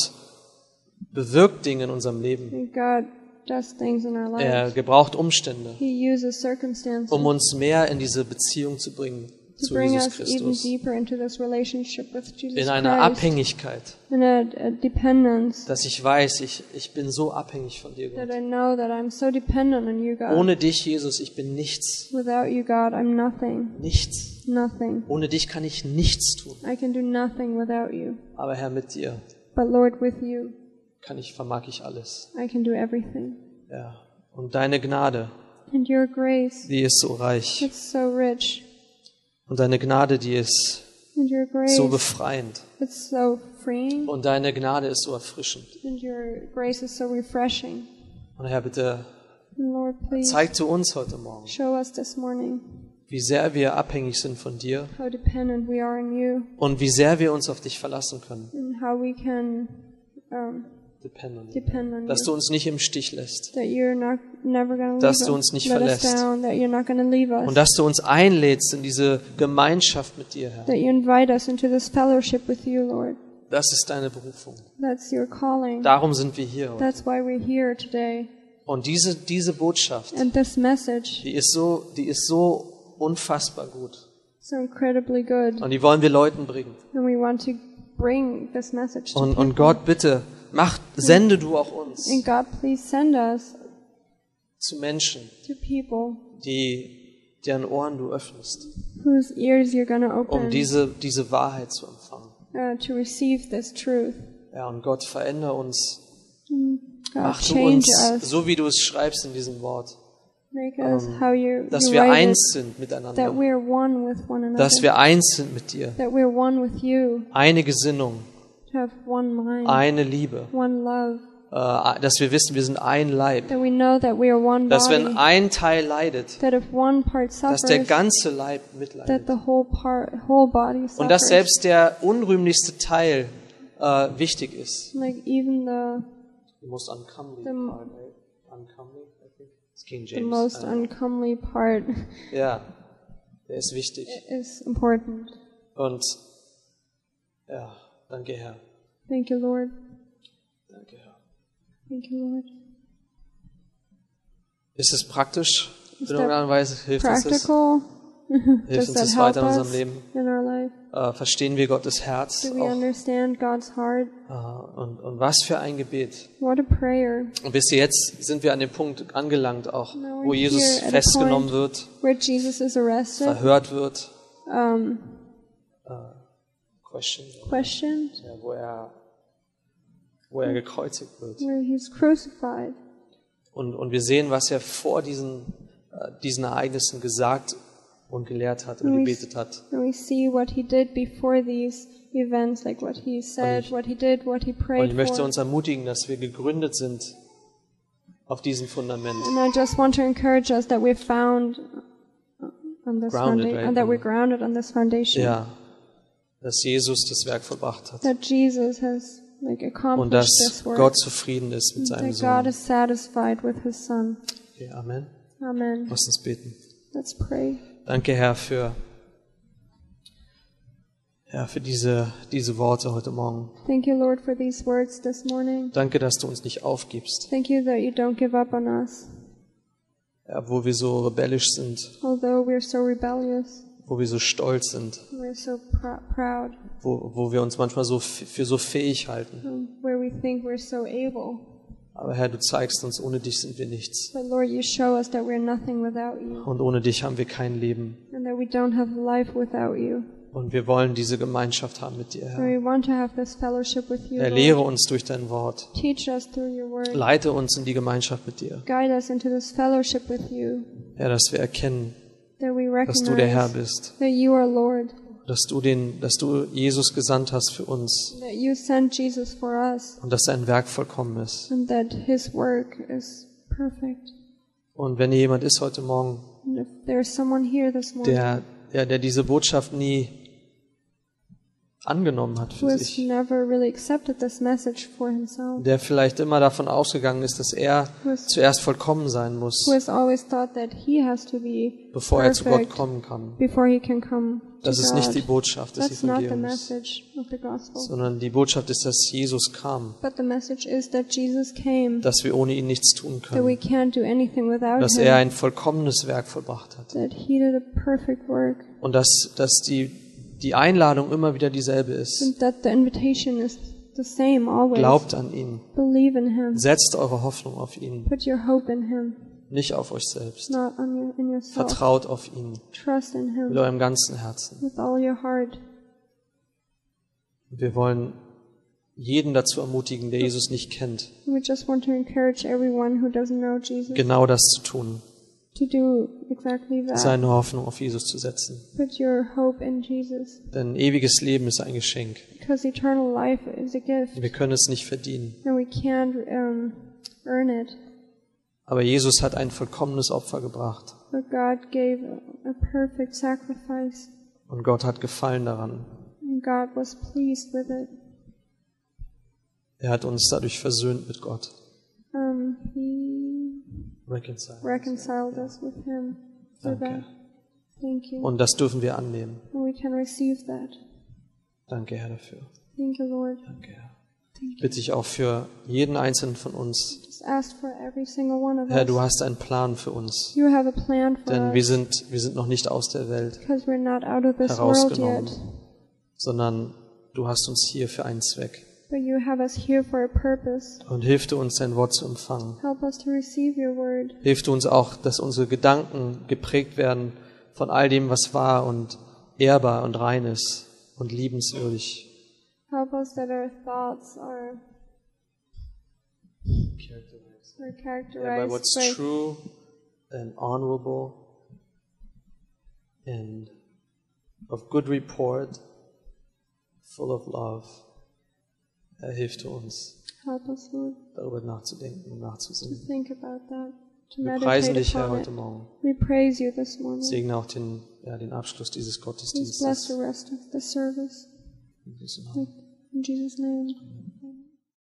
[SPEAKER 1] bewirkt Dinge in unserem Leben.
[SPEAKER 2] And God does things in our
[SPEAKER 1] Er
[SPEAKER 2] lives.
[SPEAKER 1] gebraucht Umstände,
[SPEAKER 2] He uses circumstances
[SPEAKER 1] um uns mehr in diese Beziehung zu bringen
[SPEAKER 2] to
[SPEAKER 1] zu
[SPEAKER 2] bring
[SPEAKER 1] Jesus
[SPEAKER 2] us even
[SPEAKER 1] Christus.
[SPEAKER 2] deeper into this relationship with Jesus
[SPEAKER 1] In einer
[SPEAKER 2] Christ.
[SPEAKER 1] Abhängigkeit,
[SPEAKER 2] In a, a dependence
[SPEAKER 1] dass ich weiß, ich, ich bin so abhängig von dir, Gott.
[SPEAKER 2] that I know that I'm so dependent on you, God.
[SPEAKER 1] Ohne dich, Jesus, ich bin nichts.
[SPEAKER 2] Without you, God, I'm nothing.
[SPEAKER 1] Nichts.
[SPEAKER 2] Nothing.
[SPEAKER 1] Ohne dich kann ich nichts tun.
[SPEAKER 2] I can do nothing without you.
[SPEAKER 1] Aber Herr, mit dir
[SPEAKER 2] But Lord, with you,
[SPEAKER 1] kann ich, vermag ich alles.
[SPEAKER 2] I can do everything.
[SPEAKER 1] Ja. Und deine Gnade,
[SPEAKER 2] And your grace,
[SPEAKER 1] die ist so reich.
[SPEAKER 2] it's so rich.
[SPEAKER 1] Und deine Gnade, die ist
[SPEAKER 2] And your grace,
[SPEAKER 1] so befreiend.
[SPEAKER 2] it's so freeing.
[SPEAKER 1] Und deine Gnade ist so erfrischend.
[SPEAKER 2] And your grace is so refreshing.
[SPEAKER 1] Und Herr, bitte
[SPEAKER 2] And Lord, please
[SPEAKER 1] zeig du uns heute Morgen,
[SPEAKER 2] show us this morning
[SPEAKER 1] wie sehr wir abhängig sind von dir
[SPEAKER 2] how dependent we are on you
[SPEAKER 1] und wie sehr wir uns auf dich verlassen können.
[SPEAKER 2] and how we can um,
[SPEAKER 1] Depend on you.
[SPEAKER 2] depend on
[SPEAKER 1] Dass
[SPEAKER 2] you.
[SPEAKER 1] du uns nicht im Stich lässt.
[SPEAKER 2] That you're not never going to
[SPEAKER 1] Dass
[SPEAKER 2] leave
[SPEAKER 1] du
[SPEAKER 2] us,
[SPEAKER 1] uns nicht
[SPEAKER 2] let us
[SPEAKER 1] verlässt.
[SPEAKER 2] down. That you're not going to leave us.
[SPEAKER 1] Und dass du uns einlädst in diese Gemeinschaft mit dir, Herr.
[SPEAKER 2] that you invite us into this fellowship with you, Lord.
[SPEAKER 1] Das ist deine Berufung.
[SPEAKER 2] That's your calling.
[SPEAKER 1] Darum sind wir hier. heute.
[SPEAKER 2] That's why we're here today.
[SPEAKER 1] Und diese, diese Botschaft,
[SPEAKER 2] And this message
[SPEAKER 1] die ist, so, die ist so unfassbar gut.
[SPEAKER 2] is so incredibly good.
[SPEAKER 1] Und die wollen wir Leuten bringen.
[SPEAKER 2] And we want to bring this message to
[SPEAKER 1] Und,
[SPEAKER 2] people.
[SPEAKER 1] und Gott, bitte, mach, sende du auch uns
[SPEAKER 2] And God, please send us
[SPEAKER 1] zu Menschen,
[SPEAKER 2] to people
[SPEAKER 1] die, deren Ohren du öffnest,
[SPEAKER 2] whose ears you're going to
[SPEAKER 1] um
[SPEAKER 2] open
[SPEAKER 1] diese, diese Wahrheit zu empfangen.
[SPEAKER 2] uh, to receive this truth. Mm.
[SPEAKER 1] Ja, und Gott, verändere uns.
[SPEAKER 2] God,
[SPEAKER 1] Mach du
[SPEAKER 2] change
[SPEAKER 1] uns,
[SPEAKER 2] us.
[SPEAKER 1] so wie du es schreibst in diesem Wort,
[SPEAKER 2] Make us how you,
[SPEAKER 1] dass
[SPEAKER 2] you
[SPEAKER 1] wir
[SPEAKER 2] write it,
[SPEAKER 1] eins sind
[SPEAKER 2] that
[SPEAKER 1] miteinander,
[SPEAKER 2] we're one with one another.
[SPEAKER 1] dass wir eins sind mit dir.
[SPEAKER 2] that we're one with you.
[SPEAKER 1] Eine Gesinnung,
[SPEAKER 2] To have one mind,
[SPEAKER 1] eine Liebe,
[SPEAKER 2] one love.
[SPEAKER 1] äh, dass wir wissen, wir sind ein Leib.
[SPEAKER 2] That we know that we are one
[SPEAKER 1] dass
[SPEAKER 2] body.
[SPEAKER 1] wenn ein Teil leidet,
[SPEAKER 2] that if one part
[SPEAKER 1] dass der
[SPEAKER 2] suffers,
[SPEAKER 1] ganze Leib
[SPEAKER 2] that
[SPEAKER 1] mitleidet.
[SPEAKER 2] the whole part, whole body suffers.
[SPEAKER 1] Und dass selbst der unrühmlichste Teil äh, wichtig ist.
[SPEAKER 2] like even the
[SPEAKER 1] The most uncomely
[SPEAKER 2] The m-
[SPEAKER 1] part, right? Uncomely, I think. It's King
[SPEAKER 2] the
[SPEAKER 1] James.
[SPEAKER 2] most
[SPEAKER 1] Ah,
[SPEAKER 2] uncomely part
[SPEAKER 1] ja, der ist wichtig.
[SPEAKER 2] is important.
[SPEAKER 1] Und ja, danke Herr.
[SPEAKER 2] Thank you, Lord.
[SPEAKER 1] Danke Herr.
[SPEAKER 2] Thank you, Lord.
[SPEAKER 1] Ist es praktisch? In
[SPEAKER 2] that
[SPEAKER 1] irgendeiner Weise hilft uns das,
[SPEAKER 2] Practical.
[SPEAKER 1] hilft
[SPEAKER 2] Does
[SPEAKER 1] uns
[SPEAKER 2] that
[SPEAKER 1] das
[SPEAKER 2] help
[SPEAKER 1] weiter in
[SPEAKER 2] us
[SPEAKER 1] unserem
[SPEAKER 2] in
[SPEAKER 1] Leben.
[SPEAKER 2] our life?
[SPEAKER 1] Äh, verstehen wir Gottes Herz
[SPEAKER 2] Do we
[SPEAKER 1] auch.
[SPEAKER 2] understand God's heart?
[SPEAKER 1] Äh, und, und was für ein Gebet.
[SPEAKER 2] What a prayer
[SPEAKER 1] Und bis jetzt sind wir an dem Punkt angelangt, auch
[SPEAKER 2] Now
[SPEAKER 1] wo
[SPEAKER 2] we're
[SPEAKER 1] Jesus
[SPEAKER 2] here at a
[SPEAKER 1] festgenommen
[SPEAKER 2] point.
[SPEAKER 1] wird,
[SPEAKER 2] where Jesus is arrested,
[SPEAKER 1] verhört wird,
[SPEAKER 2] um,
[SPEAKER 1] questioned, wird,
[SPEAKER 2] questioned,
[SPEAKER 1] ja, wo er, wo er gekreuzigt wird.
[SPEAKER 2] where he's crucified.
[SPEAKER 1] Und, und wir sehen, was er vor diesen, äh, diesen Ereignissen gesagt und gelehrt hat und
[SPEAKER 2] Mhm.
[SPEAKER 1] gebetet hat.
[SPEAKER 2] And we see what he did before these events, like what he said, what he did, what he
[SPEAKER 1] Und
[SPEAKER 2] prayed
[SPEAKER 1] ich möchte
[SPEAKER 2] for.
[SPEAKER 1] uns ermutigen, dass wir gegründet sind auf diesem Fundament.
[SPEAKER 2] And I just want to encourage us that we're found on
[SPEAKER 1] Grounded,
[SPEAKER 2] this foundation,
[SPEAKER 1] right? Mm.
[SPEAKER 2] and that we're grounded on this foundation.
[SPEAKER 1] Ja, dass Jesus das Werk verbracht hat
[SPEAKER 2] That Jesus has like
[SPEAKER 1] und
[SPEAKER 2] accomplished
[SPEAKER 1] dass
[SPEAKER 2] this work.
[SPEAKER 1] Gott zufrieden ist mit seinem
[SPEAKER 2] that God
[SPEAKER 1] Sohn.
[SPEAKER 2] is satisfied with His Son.
[SPEAKER 1] Okay, Amen.
[SPEAKER 2] Amen.
[SPEAKER 1] Lass uns beten.
[SPEAKER 2] Let's pray.
[SPEAKER 1] Danke, Herr, für, ja, für diese, diese Worte heute Morgen.
[SPEAKER 2] Thank you, Lord, for these words this morning.
[SPEAKER 1] Danke, dass du uns nicht aufgibst.
[SPEAKER 2] Thank you that you don't give up on us.
[SPEAKER 1] ja, wo wir so rebellisch sind,
[SPEAKER 2] although we're so rebellious,
[SPEAKER 1] wo wir so stolz sind,
[SPEAKER 2] we're so pr- proud,
[SPEAKER 1] wo, wo wir uns manchmal so f- für so fähig halten.
[SPEAKER 2] um, where we think we're so able.
[SPEAKER 1] Aber Herr, du zeigst uns, ohne dich sind wir nichts.
[SPEAKER 2] But Lord, you show us that we're nothing without you,
[SPEAKER 1] Und ohne dich haben wir kein Leben.
[SPEAKER 2] and that we don't have life without you.
[SPEAKER 1] Und wir wollen diese Gemeinschaft haben mit dir,
[SPEAKER 2] So
[SPEAKER 1] Herr.
[SPEAKER 2] we want to have this fellowship with you.
[SPEAKER 1] Erlehre
[SPEAKER 2] Lord.
[SPEAKER 1] uns durch dein Wort.
[SPEAKER 2] Teach us through your word.
[SPEAKER 1] Leite uns in die Gemeinschaft mit dir.
[SPEAKER 2] Guide us into this fellowship with you,
[SPEAKER 1] Herr, dass wir erkennen,
[SPEAKER 2] that we
[SPEAKER 1] dass du der Herr
[SPEAKER 2] recognize
[SPEAKER 1] bist.
[SPEAKER 2] that you are Lord,
[SPEAKER 1] Dass du, den, dass du Jesus gesandt hast für uns.
[SPEAKER 2] that you sent Jesus for us,
[SPEAKER 1] Und dass dein Werk vollkommen ist.
[SPEAKER 2] and that his work is perfect.
[SPEAKER 1] Und wenn hier jemand ist heute Morgen,
[SPEAKER 2] And if there's someone here this morning
[SPEAKER 1] der, der, der diese Botschaft nie angenommen hat
[SPEAKER 2] who
[SPEAKER 1] für
[SPEAKER 2] has
[SPEAKER 1] sich,
[SPEAKER 2] never really accepted this message for himself,
[SPEAKER 1] der vielleicht immer davon ausgegangen ist, dass er zuerst vollkommen sein muss,
[SPEAKER 2] who has always thought that he has to be
[SPEAKER 1] bevor er zu Gott
[SPEAKER 2] perfect
[SPEAKER 1] kommen kann.
[SPEAKER 2] before he can come to
[SPEAKER 1] Das ist nicht die
[SPEAKER 2] God.
[SPEAKER 1] Botschaft des
[SPEAKER 2] That's not the
[SPEAKER 1] Evangeliums,
[SPEAKER 2] message of the gospel.
[SPEAKER 1] sondern die Botschaft ist, dass Jesus kam,
[SPEAKER 2] But the message is that Jesus came,
[SPEAKER 1] dass wir ohne ihn nichts tun
[SPEAKER 2] that we
[SPEAKER 1] können,
[SPEAKER 2] can't do anything without
[SPEAKER 1] dass
[SPEAKER 2] him,
[SPEAKER 1] er ein vollkommenes Werk vollbracht hat
[SPEAKER 2] that he did a perfect work,
[SPEAKER 1] und dass, dass die, die Einladung immer wieder dieselbe ist.
[SPEAKER 2] and that the invitation is the same always.
[SPEAKER 1] Glaubt an ihn,
[SPEAKER 2] Believe in him.
[SPEAKER 1] setzt eure Hoffnung auf ihn,
[SPEAKER 2] Put your hope in him,
[SPEAKER 1] nicht auf euch selbst.
[SPEAKER 2] not on your, in yourself.
[SPEAKER 1] Vertraut auf ihn
[SPEAKER 2] Trust in
[SPEAKER 1] mit
[SPEAKER 2] him
[SPEAKER 1] eurem ganzen Herzen.
[SPEAKER 2] with all your heart.
[SPEAKER 1] Wir wollen jeden dazu ermutigen, der Jesus nicht kennt,
[SPEAKER 2] We just want to encourage everyone who doesn't know Jesus
[SPEAKER 1] genau das zu tun,
[SPEAKER 2] to do exactly that.
[SPEAKER 1] seine Hoffnung auf Jesus zu setzen.
[SPEAKER 2] Put your hope in Jesus,
[SPEAKER 1] Denn ewiges Leben ist ein Geschenk.
[SPEAKER 2] because eternal life is a gift,
[SPEAKER 1] Wir können es nicht verdienen.
[SPEAKER 2] and we can't um, earn it.
[SPEAKER 1] Aber Jesus hat ein vollkommenes Opfer gebracht.
[SPEAKER 2] But God gave a perfect sacrifice,
[SPEAKER 1] Und Gott hat Gefallen daran.
[SPEAKER 2] and God was pleased with it.
[SPEAKER 1] Er hat uns dadurch versöhnt mit Gott.
[SPEAKER 2] Um, he
[SPEAKER 1] Reconciled.
[SPEAKER 2] reconciled us with Him through
[SPEAKER 1] Danke.
[SPEAKER 2] that. Thank you.
[SPEAKER 1] Und das dürfen wir annehmen.
[SPEAKER 2] And we can receive that.
[SPEAKER 1] Danke, Herr, dafür.
[SPEAKER 2] Thank you, Lord.
[SPEAKER 1] Danke, Herr.
[SPEAKER 2] Thank you.
[SPEAKER 1] Bitte ich auch für jeden einzelnen von uns.
[SPEAKER 2] Just ask for every single one of
[SPEAKER 1] Herr, du
[SPEAKER 2] us.
[SPEAKER 1] hast einen Plan für uns.
[SPEAKER 2] You have a plan for
[SPEAKER 1] Denn wir
[SPEAKER 2] us,
[SPEAKER 1] sind, wir sind noch nicht aus der Welt,
[SPEAKER 2] because we're not out of this world yet.
[SPEAKER 1] herausgenommen. sondern du hast uns hier für einen Zweck.
[SPEAKER 2] But you have us here for a purpose.
[SPEAKER 1] Und hilf du uns, dein Wort zu empfangen.
[SPEAKER 2] Help us to receive your word.
[SPEAKER 1] Hilf du uns auch, dass unsere Gedanken geprägt werden von all dem, was wahr und ehrbar und rein ist und liebenswürdig.
[SPEAKER 2] Help us that our thoughts are, are
[SPEAKER 1] Yeah, by
[SPEAKER 2] characterized
[SPEAKER 1] what's
[SPEAKER 2] by
[SPEAKER 1] true and honorable and of good report, full of love. Herr, hilf du uns.
[SPEAKER 2] Help us, Lord,
[SPEAKER 1] darüber nachzudenken und
[SPEAKER 2] to
[SPEAKER 1] nachzusinnen.
[SPEAKER 2] think about that, to
[SPEAKER 1] Wir preisen
[SPEAKER 2] meditate
[SPEAKER 1] dich, Herr,
[SPEAKER 2] upon it.
[SPEAKER 1] heute Morgen.
[SPEAKER 2] We praise you this morning.
[SPEAKER 1] Segne auch den, ja, den Abschluss dieses
[SPEAKER 2] Please bless
[SPEAKER 1] Gottesdienstes.
[SPEAKER 2] the rest of the service.
[SPEAKER 1] In Jesu Namen.
[SPEAKER 2] In Jesus' name.